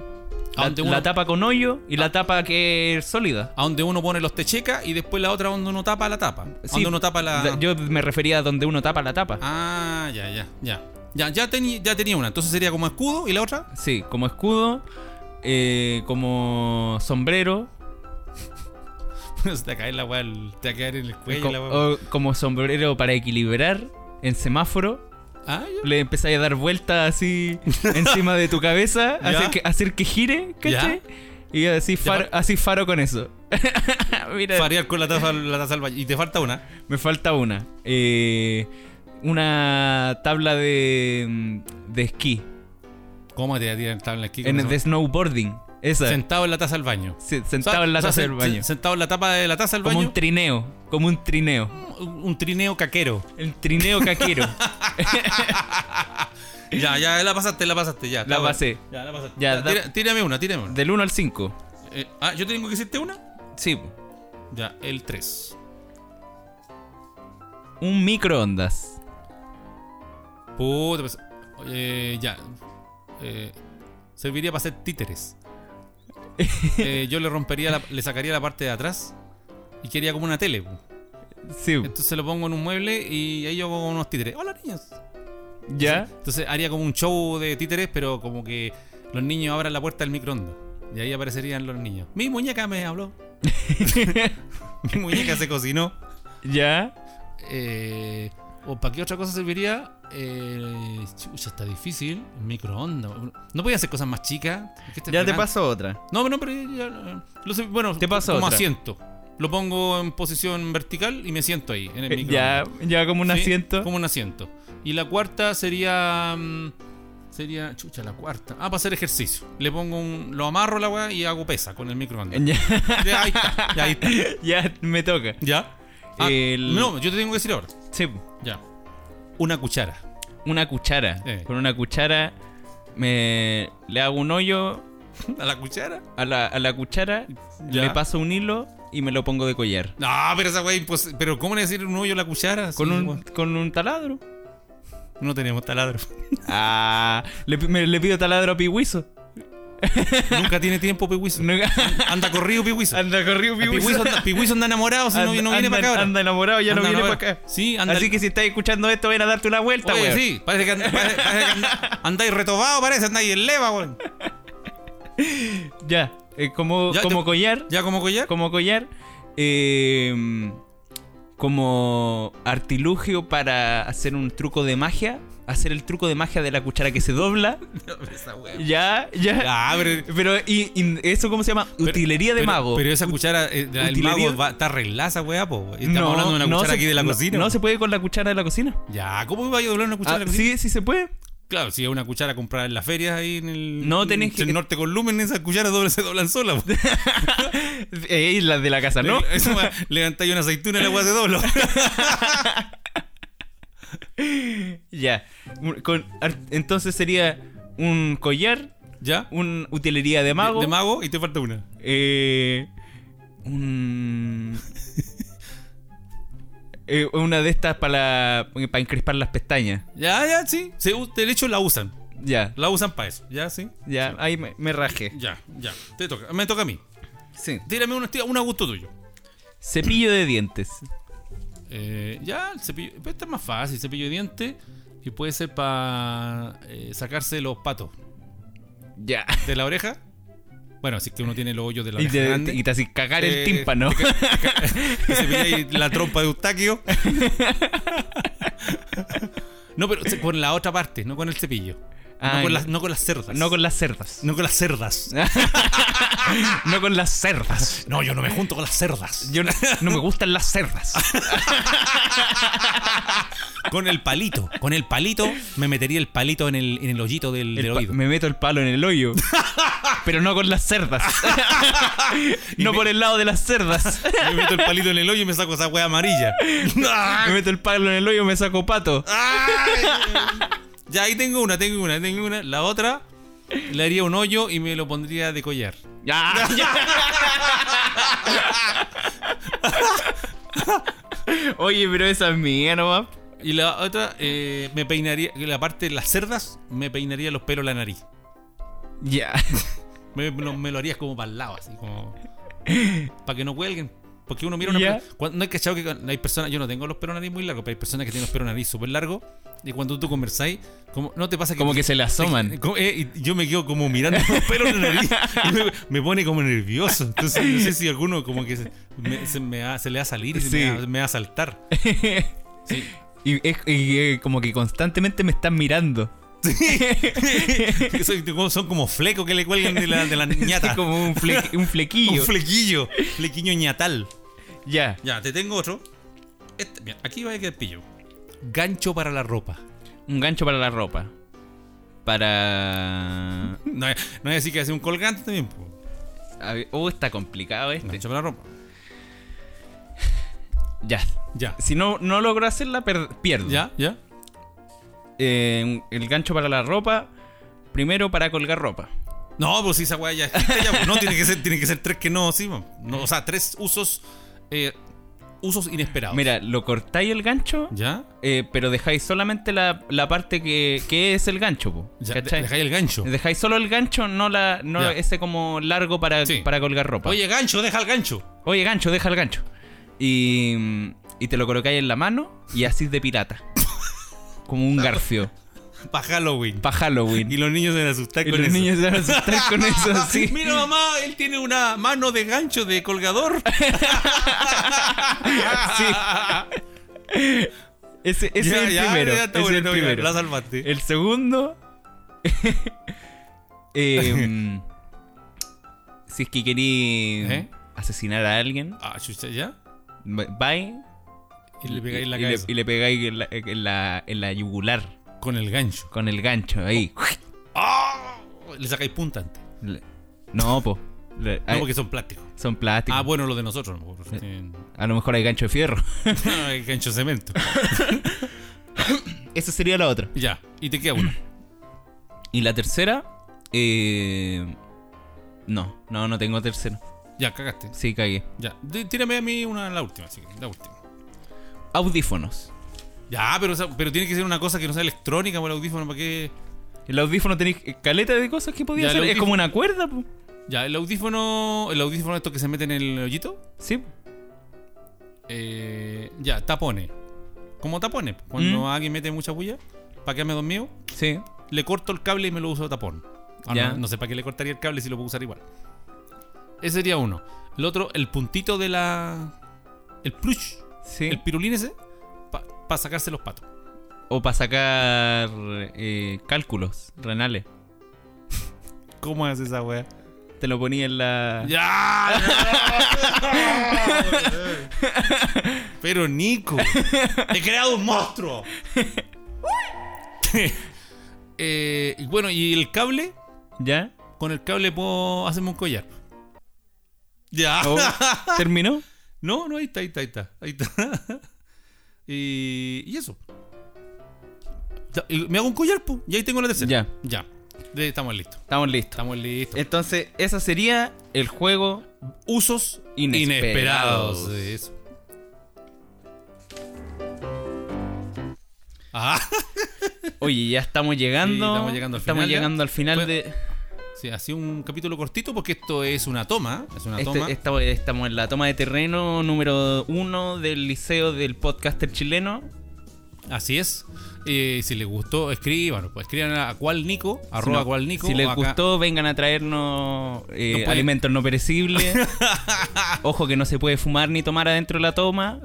B: ¿A
A: La,
B: dónde
A: la
B: Ah, uno- Ah.
A: tapa con hoyo y la tapa que es sólida.
B: A donde uno pone los techecas y después la otra donde uno tapa la tapa.
A: Sí,
B: donde uno tapa la.
A: Yo me refería a donde uno tapa la tapa.
B: Ah, ya, ya, ya. Ya, ya, teni- ya tenía una. Entonces sería como escudo y la otra. (laughs)
A: Sí, como escudo, eh, como sombrero,
B: Se te va a caer la weá, el- te va a caer en el
A: eh,
B: cuello.
A: co- Oh.
B: la weá.
A: o como sombrero para equilibrar en semáforo.
B: Ah, ya.
A: Le empezáis a dar vueltas
B: (laughs)
A: así encima de tu cabeza,
B: Ya.
A: hacer que, hacer que gire, ¿cachai? Y así faro, así faro con eso. (laughs) Mira,
B: Farear con la taza, la taza al baño. Y te falta una.
A: me falta una. Eh, una tabla de, mm, de esquí,
B: ¿Cómo te tiran tabla aquí?
A: en,
B: ¿Cómo
A: de
B: se
A: snowboarding.
B: llama?
A: Esa,
B: Sentado en la taza al baño.
A: Sí, sentado en la
B: O sea,
A: taza del
B: sen-
A: baño.
B: Sentado en la tapa de la taza del
A: Como
B: baño.
A: un trineo, como un trineo.
B: Un, un trineo caquero.
A: El trineo caquero.
B: Ya, ya, la pasaste, la pasaste, ya.
A: La
B: está bueno.
A: pasé.
B: Ya, la pasaste.
A: Ya,
B: Ya,
A: da-
B: tira- tírame una, tírame una.
A: (laughs) Del 1 al 5.
B: Eh, ah, ¿yo tengo que decirte una?
A: Sí. po.
B: Ya, el 3.
A: Un microondas.
B: Puta, pues, eh, ya. Eh, serviría para hacer
A: (laughs)
B: títeres. Eh, yo le rompería, la- le sacaría la parte de atrás y quería como una tele. pu.
A: Sí. po.
B: Entonces lo pongo en un mueble y ahí yo hago unos títeres. Hola niños.
A: ¿Ya?
B: Entonces haría como un show de títeres, pero como que los niños abran la puerta del microondas. Y ahí aparecerían los niños. Mi muñeca
A: (laughs)
B: me habló. Mi muñeca se cocinó.
A: ¿Ya?
B: Eh, ¿O para qué otra cosa serviría? Eh, chucha, está difícil. Microondas. No podía hacer cosas más chicas. ¿Qué estás
A: Ya te
B: esperando?
A: paso otra.
B: No, no, pero ya, ya, lo sé. bueno,
A: Te paso
B: como
A: otra.
B: asiento. Lo pongo en posición vertical y me siento ahí, en el
A: Eh, Ya,
B: microondas.
A: ya como un
B: Sí,
A: asiento.
B: Como un asiento. Y la cuarta sería. mm, Sería. Chucha, la cuarta. Ah, para hacer ejercicio. Le pongo un. Lo amarro la weá y hago pesa con el microondas.
A: (laughs) Ya,
B: Ya, ahí está. Ya, ahí está.
A: (laughs) ya me toca.
B: ¿Ya? Ah,
A: El-
B: No, yo te tengo que decir ahora.
A: Sí. po.
B: Ya. Una cuchara.
A: Una cuchara.
B: Eh.
A: Con una cuchara me le hago un hoyo
B: (laughs) ¿A la cuchara?
A: a la, a la cuchara,
B: Ya.
A: le paso un hilo y me lo pongo de collar.
B: No, pero esa weá. impos- pero ¿cómo le decir un hoyo a la cuchara?
A: Con
B: Sí,
A: un,
B: weá.
A: con un taladro. (laughs)
B: No tenemos taladro.
A: Ah, le, pi- me- le pido taladro a Pihuizo.
B: Nunca tiene tiempo, Piwis.
A: Nunca-
B: Anda corrido, Piwis.
A: Anda corrido, Piwi.
B: Piwis anda, Piwis anda enamorado, si no, no viene para acá. ahora.
A: Anda enamorado, ya no
B: Anda
A: viene para
B: enamorado.
A: acá.
B: Sí, anda-
A: Así que si estás escuchando esto, ven a darte una vuelta,
B: Oye,
A: weón.
B: sí, parece que, and- parece- parece que and- andáis retobado, parece, andáis en leva, weón.
A: Ya. eh, como
B: Ya,
A: como
B: ya-
A: collar.
B: Ya como collar.
A: Como collar. eh, como artilugio para hacer un truco de magia. Hacer el truco de magia de la cuchara que se dobla.
B: Esa weá.
A: Ya, ya.
B: (laughs) Ya, pero-
A: Pero, y, y eso cómo se llama? Utilería de
B: pero-
A: mago.
B: Pero esa cuchara, eh, la- el
A: utilería-
B: mago va- está arreglada esa weá, po. Estamos hablando de una cuchara
A: se-
B: aquí de la
A: no-
B: cocina.
A: No,
B: po.
A: se puede con la cuchara de la cocina.
B: Ya, ¿cómo iba yo a doblar una cuchara
A: Ah,
B: de la cocina?
A: sí, sí se puede.
B: Claro, si es una cuchara comprada en las ferias ahí en el,
A: No, tenés
B: en
A: que-
B: el norte con lumen, esas cucharas doble se doblan solas. po.
A: Eh, las de la casa, (laughs) ¿no?
B: Le- esa weá, Levantáis una aceituna y la weá se dobla. (laughs)
A: ya. Un- con ar- entonces sería un collar,
B: ¿Ya?
A: un utilería de
B: De,
A: mago.
B: de mago y te falta una.
A: eh, (laughs) un- eh, una de estas para, la- para encrespar las pestañas.
B: Ya, ya, sí. Se, u- de hecho la usan.
A: Ya,
B: La usan para eso. Ya, sí.
A: ya, ahí me, me rajé.
B: Ya, ya. Te toca. Me toca a mí.
A: Sí.
B: Tírame una, tira- una a gusto tuyo.
A: Cepillo de dientes.
B: Eh, ya, el cepillo. Pero esta es más fácil, cepillo de dientes. Y puede ser para sacarse los patos
A: Ya.
B: de la oreja. Bueno, si es que uno tiene los hoyos de la
A: Y
B: oreja.
A: te,
B: grande.
A: y te así cagar el
B: Eh,
A: tímpano.
B: Y se pilla ahí la trompa
A: (laughs)
B: de Eustaquio. No, pero se- con la otra parte, no con el cepillo.
A: Ah,
B: no, con
A: ya.
B: las, no con las cerdas.
A: No con Ah. las cerdas.
B: No con las cerdas.
A: No con las cerdas.
B: No, yo no me junto con las cerdas.
A: Yo no, no me gustan las cerdas.
B: Con el palito. Con el palito me metería el palito en el, en el hoyito del,
A: (laughs)
B: del
A: El pa-
B: oído.
A: me meto el palo en el (laughs) hoyo. Pero no con las cerdas. No por el lado de las (laughs) cerdas.
B: (laughs) Me meto el palito en el hoyo y me saco esa wea amarilla. Ah.
A: Me meto el palo en el hoyo y me saco pato.
B: Ya ahí tengo una, tengo una, tengo una. La otra le haría un hoyo y me lo pondría de collar.
A: Ya,
B: (laughs)
A: ya. Oye, pero esa es mía nomás.
B: Y la otra eh, me peinaría, la parte de las cerdas, me peinaría los pelos la nariz.
A: (laughs) Ya.
B: Me, me lo, me lo harías como para el lado, así
A: (laughs)
B: como. Para que no cuelguen. Porque uno mira una
A: Ya.
B: per- cuando- No hay cachado que cuando hay personas. Yo no tengo los pelos nariz muy largos, pero hay personas que tienen los pelos nariz súper largos. Y cuando tú conversáis, como, no te pasa que.
A: Como que se le asoman.
B: Como- eh, y yo me quedo como mirando
A: (laughs)
B: los pelos en la nariz. y me, me pone como nervioso. Entonces, no sé si alguno como que se, me- se me va- se le va a salir y se me,
A: Sí.
B: va, me va a saltar. Sí.
A: Y, es, y, eh, como que constantemente me están mirando. (laughs)
B: Que soy- como- son como flecos que le cuelgan de la, de
A: (laughs)
B: la ñata.
A: Así como un, fle- un flequillo.
B: Un flequillo. Flequillo ñatal.
A: ya.
B: Ya, te tengo otro. Este, mira, aquí va a quedar pillo. Gancho para la ropa.
A: Un gancho para la ropa. Para.
B: No, no es así que hace un colgante también. po.
A: A ver, Oh, está complicado este.
B: Gancho para la ropa.
A: Ya.
B: Ya.
A: Si no, no logro hacerla, per- pierdo.
B: Ya, ya.
A: Eh, un- el gancho para la ropa. Primero para colgar ropa.
B: No, pues si esa weá ya existe, ya, pues, No, tiene que ser, tiene que ser tres que no, sí, man. no. O sea, tres usos. eh, usos inesperados.
A: Mira, lo cortáis el gancho,
B: ¿Ya?
A: eh, pero dejáis solamente la, la parte que, que es el gancho, po,
B: ya de-
A: ¿cachai?
B: dejáis el gancho.
A: Dejáis solo el gancho, no la no
B: Ya.
A: ese como largo para,
B: Sí.
A: para colgar ropa.
B: Oye, gancho, deja el gancho.
A: Oye, gancho, deja el gancho. Y, mm, y te lo colocáis en la mano y así de
B: (laughs)
A: pirata. Como un garfio.
B: Para Halloween.
A: Para Halloween.
B: Y los niños se van a asustar
A: Y
B: con
A: los
B: eso. (laughs) Ah,
A: niños se van a asustar con eso así.
B: Mira, mamá, él tiene una mano de gancho de colgador.
A: Ese, (laughs) ese
B: Ya,
A: es el
B: ya,
A: primero.
B: ya,
A: ese
B: está
A: es
B: bueno,
A: el
B: ya,
A: primero.
B: La salvaste.
A: El
B: (laughs)
A: segundo. em, (laughs) si es que querí
B: ¿Eh?
A: asesinar a alguien,
B: Ah, chucha, ya.
A: vais
B: Y le pegáis en la
A: y le-
B: cabeza.
A: y le pegáis en la, en la- en la yugular
B: Con el gancho.
A: con el gancho ahí.
B: ¡Ah! Le sacáis punta antes. No,
A: Le- No, po. Le- ay,
B: porque son plásticos.
A: son plásticos.
B: Ah, bueno, los de nosotros. no, porque tienen- (laughs)
A: A lo mejor hay gancho de fierro. (laughs)
B: el gancho de cemento.
A: Esa sería la otra.
B: Ya, y te queda uno.
A: Y la tercera. eh, No, no, no tengo tercera.
B: Ya, cagaste.
A: Sí, cagué.
B: Ya, Dí- tírame a mí una, la última, así que, la última.
A: Audífonos.
B: Ya, pero, esa- pero tiene que ser una cosa que no sea electrónica por el audífono, ¿para qué?
A: El audífono tenéis caleta de cosas que podía
B: Ya, el
A: hacer. Es
B: audífono-
A: como una cuerda, po.
B: Ya, el audífono. El audífono esto que se mete en el hoyito.
A: Sí.
B: eh, ya, tapone. Como tapone. pues, Cuando
A: Mm.
B: alguien mete mucha bulla, para quedarme dormido,
A: Sí.
B: le corto el cable y me lo uso de tapón. Ah,
A: Ya.
B: No, no sé para qué le cortaría el cable si lo puedo usar igual. Ese sería uno. El otro, el puntito de la. El plush.
A: Sí.
B: El pirulín ese. Para sacarse los patos.
A: O para sacar eh, cálculos (laughs) renales.
B: ¿Cómo es esa wea?
A: Te lo ponía en la. Ah. (laughs)
B: ¡Ya! Pero Nico, he creado un monstruo. (laughs) Eh, y bueno, y el cable,
A: ¿Ya?
B: con el cable puedo hacerme un collar. Ya. (laughs)
A: Oh, ¿Terminó?
B: No, no, ahí está, ahí está, ahí está. Ahí está. (laughs) y, y eso. Ya, y me hago un collar, pu, y ahí tengo la tercera.
A: Ya.
B: Ya. De- Estamos listos.
A: Estamos listos.
B: Estamos listos.
A: Entonces, ese sería el juego.
B: Usos
A: Inesperados.
B: inesperados. de eso. Ah, (laughs)
A: Oye, ya estamos llegando.
B: Sí, estamos llegando al
A: Estamos
B: final ya.
A: llegando al final
B: Fue-
A: de.
B: sí, ha sido un capítulo cortito porque esto es una toma. Es una
A: Este-
B: toma.
A: esta- estamos en la toma de terreno número uno del liceo del podcaster chileno.
B: Así es. Eh, si les gustó, escríbanos. Pues escriban a cualnico, arroba
A: si no-
B: cualnico.
A: Si les
B: o acá-
A: gustó, vengan a traernos eh,
B: No puede-
A: alimentos no
B: (laughs)
A: perecibles. Ojo que no se puede fumar ni tomar adentro de la
B: (laughs)
A: toma.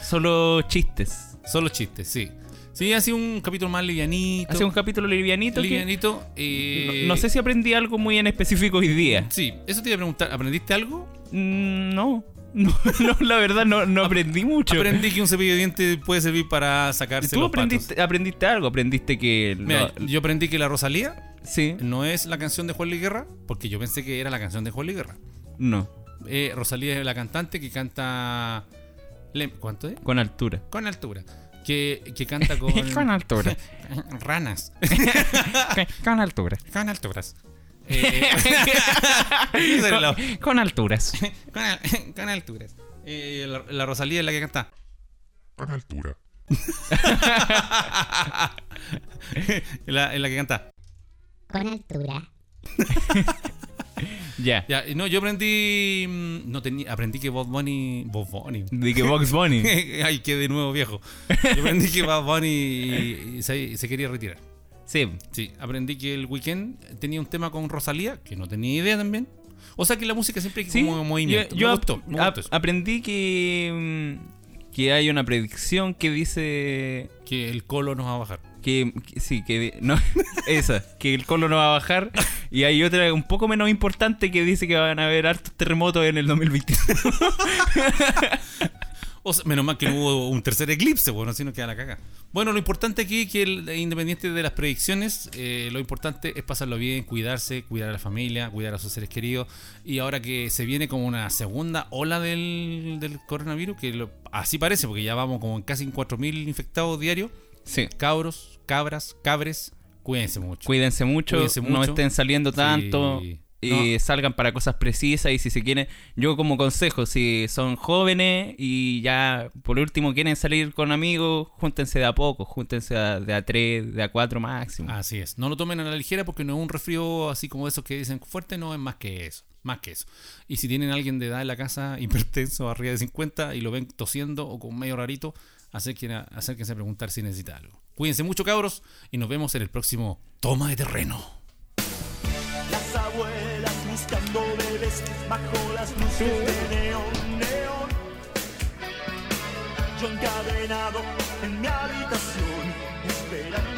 A: Solo chistes.
B: Son los chistes, sí. Sí, ha sido un capítulo más livianito.
A: Hace un capítulo livianito. que-
B: livianito. eh,
A: no, no sé si aprendí algo muy en específico hoy día.
B: Sí, eso te iba a preguntar. ¿Aprendiste algo?
A: Mm, No. (laughs) No, no, la verdad no, no aprendí mucho.
B: Aprendí que un cepillo de dientes puede servir para sacarse
A: ¿Tú
B: los patos.
A: aprendiste, aprendiste algo? ¿Aprendiste que... lo-
B: Mira, yo aprendí que la Rosalía
A: sí.
B: no es la canción de Juan Luis Guerra, porque yo pensé que era la canción de Juan Luis Guerra.
A: No.
B: Eh, Rosalía es la cantante que canta. Lem- ¿Cuánto es?
A: Con altura.
B: Con altura. Que,
A: (laughs)
B: que canta con.
A: Con altura.
B: (laughs) Ranas.
A: Con altura. (laughs)
B: Con alturas. Eh, (laughs) esa era la-
A: Con- con
B: (laughs)
A: alturas.
B: con, al- con alturas. Eh, la, la Rosalía es la que canta. Con altura. (laughs) la, es la que canta.
F: con altura.
A: Ya.
B: Ya, y no, yo aprendí. mm, No tenía. Aprendí que Bob Bunny. Bob Bunny.
A: De que Box Bunny.
B: (laughs) Ay, que de nuevo viejo. Yo aprendí que Bob Bunny se, se quería retirar.
A: Sí.
B: Sí, aprendí que el weekend tenía un tema con Rosalía, que no tenía idea también. O sea que la música siempre es
A: Sí,
B: como movimiento.
A: Yo, yo
B: me
A: ap-
B: gustó, me
A: ap-
B: gustó eso.
A: aprendí que, mm, que hay una predicción que dice
B: Que el colo nos va a bajar.
A: que, que- sí, que de- no, (laughs) esa, que el colo no va a bajar y hay otra un poco menos importante que dice que van a haber hartos terremotos en el 2021.
B: O sea, menos mal que no hubo un tercer eclipse, bueno, si no queda la caga. Bueno, lo importante aquí es que el- independiente de las predicciones, eh, lo importante es pasarlo bien, cuidarse, cuidar a la familia, cuidar a sus seres queridos. Y ahora que se viene como una segunda ola del, del coronavirus, que lo- así parece, porque ya vamos como en casi en 4.000 infectados diarios.
A: Sí.
B: Cabros, cabras, cabres, cuídense mucho.
A: Cuídense mucho,
B: Cuídense
A: no
B: mucho.
A: estén saliendo tanto.
B: Sí.
A: Y salgan para cosas precisas y si se quieren, yo como consejo, si son jóvenes y ya por último quieren salir con amigos, júntense de a poco, júntense a- de a tres, de a cuatro máximo.
B: Así es. No lo tomen a la ligera porque no es un resfrío así como esos que dicen fuerte, no es más que eso. Más que eso. Y si tienen a alguien de edad en la casa, (laughs) hipertenso, arriba de 50, y lo ven tosiendo o con medio rarito, acérquense a, acérquense a preguntar si necesita algo. Cuídense mucho, cabros, y nos vemos en el próximo Toma de Terreno.
C: Las abuelas buscando bebés bajo las luces de neón, neón. Yo encadenado en mi habitación, esperando.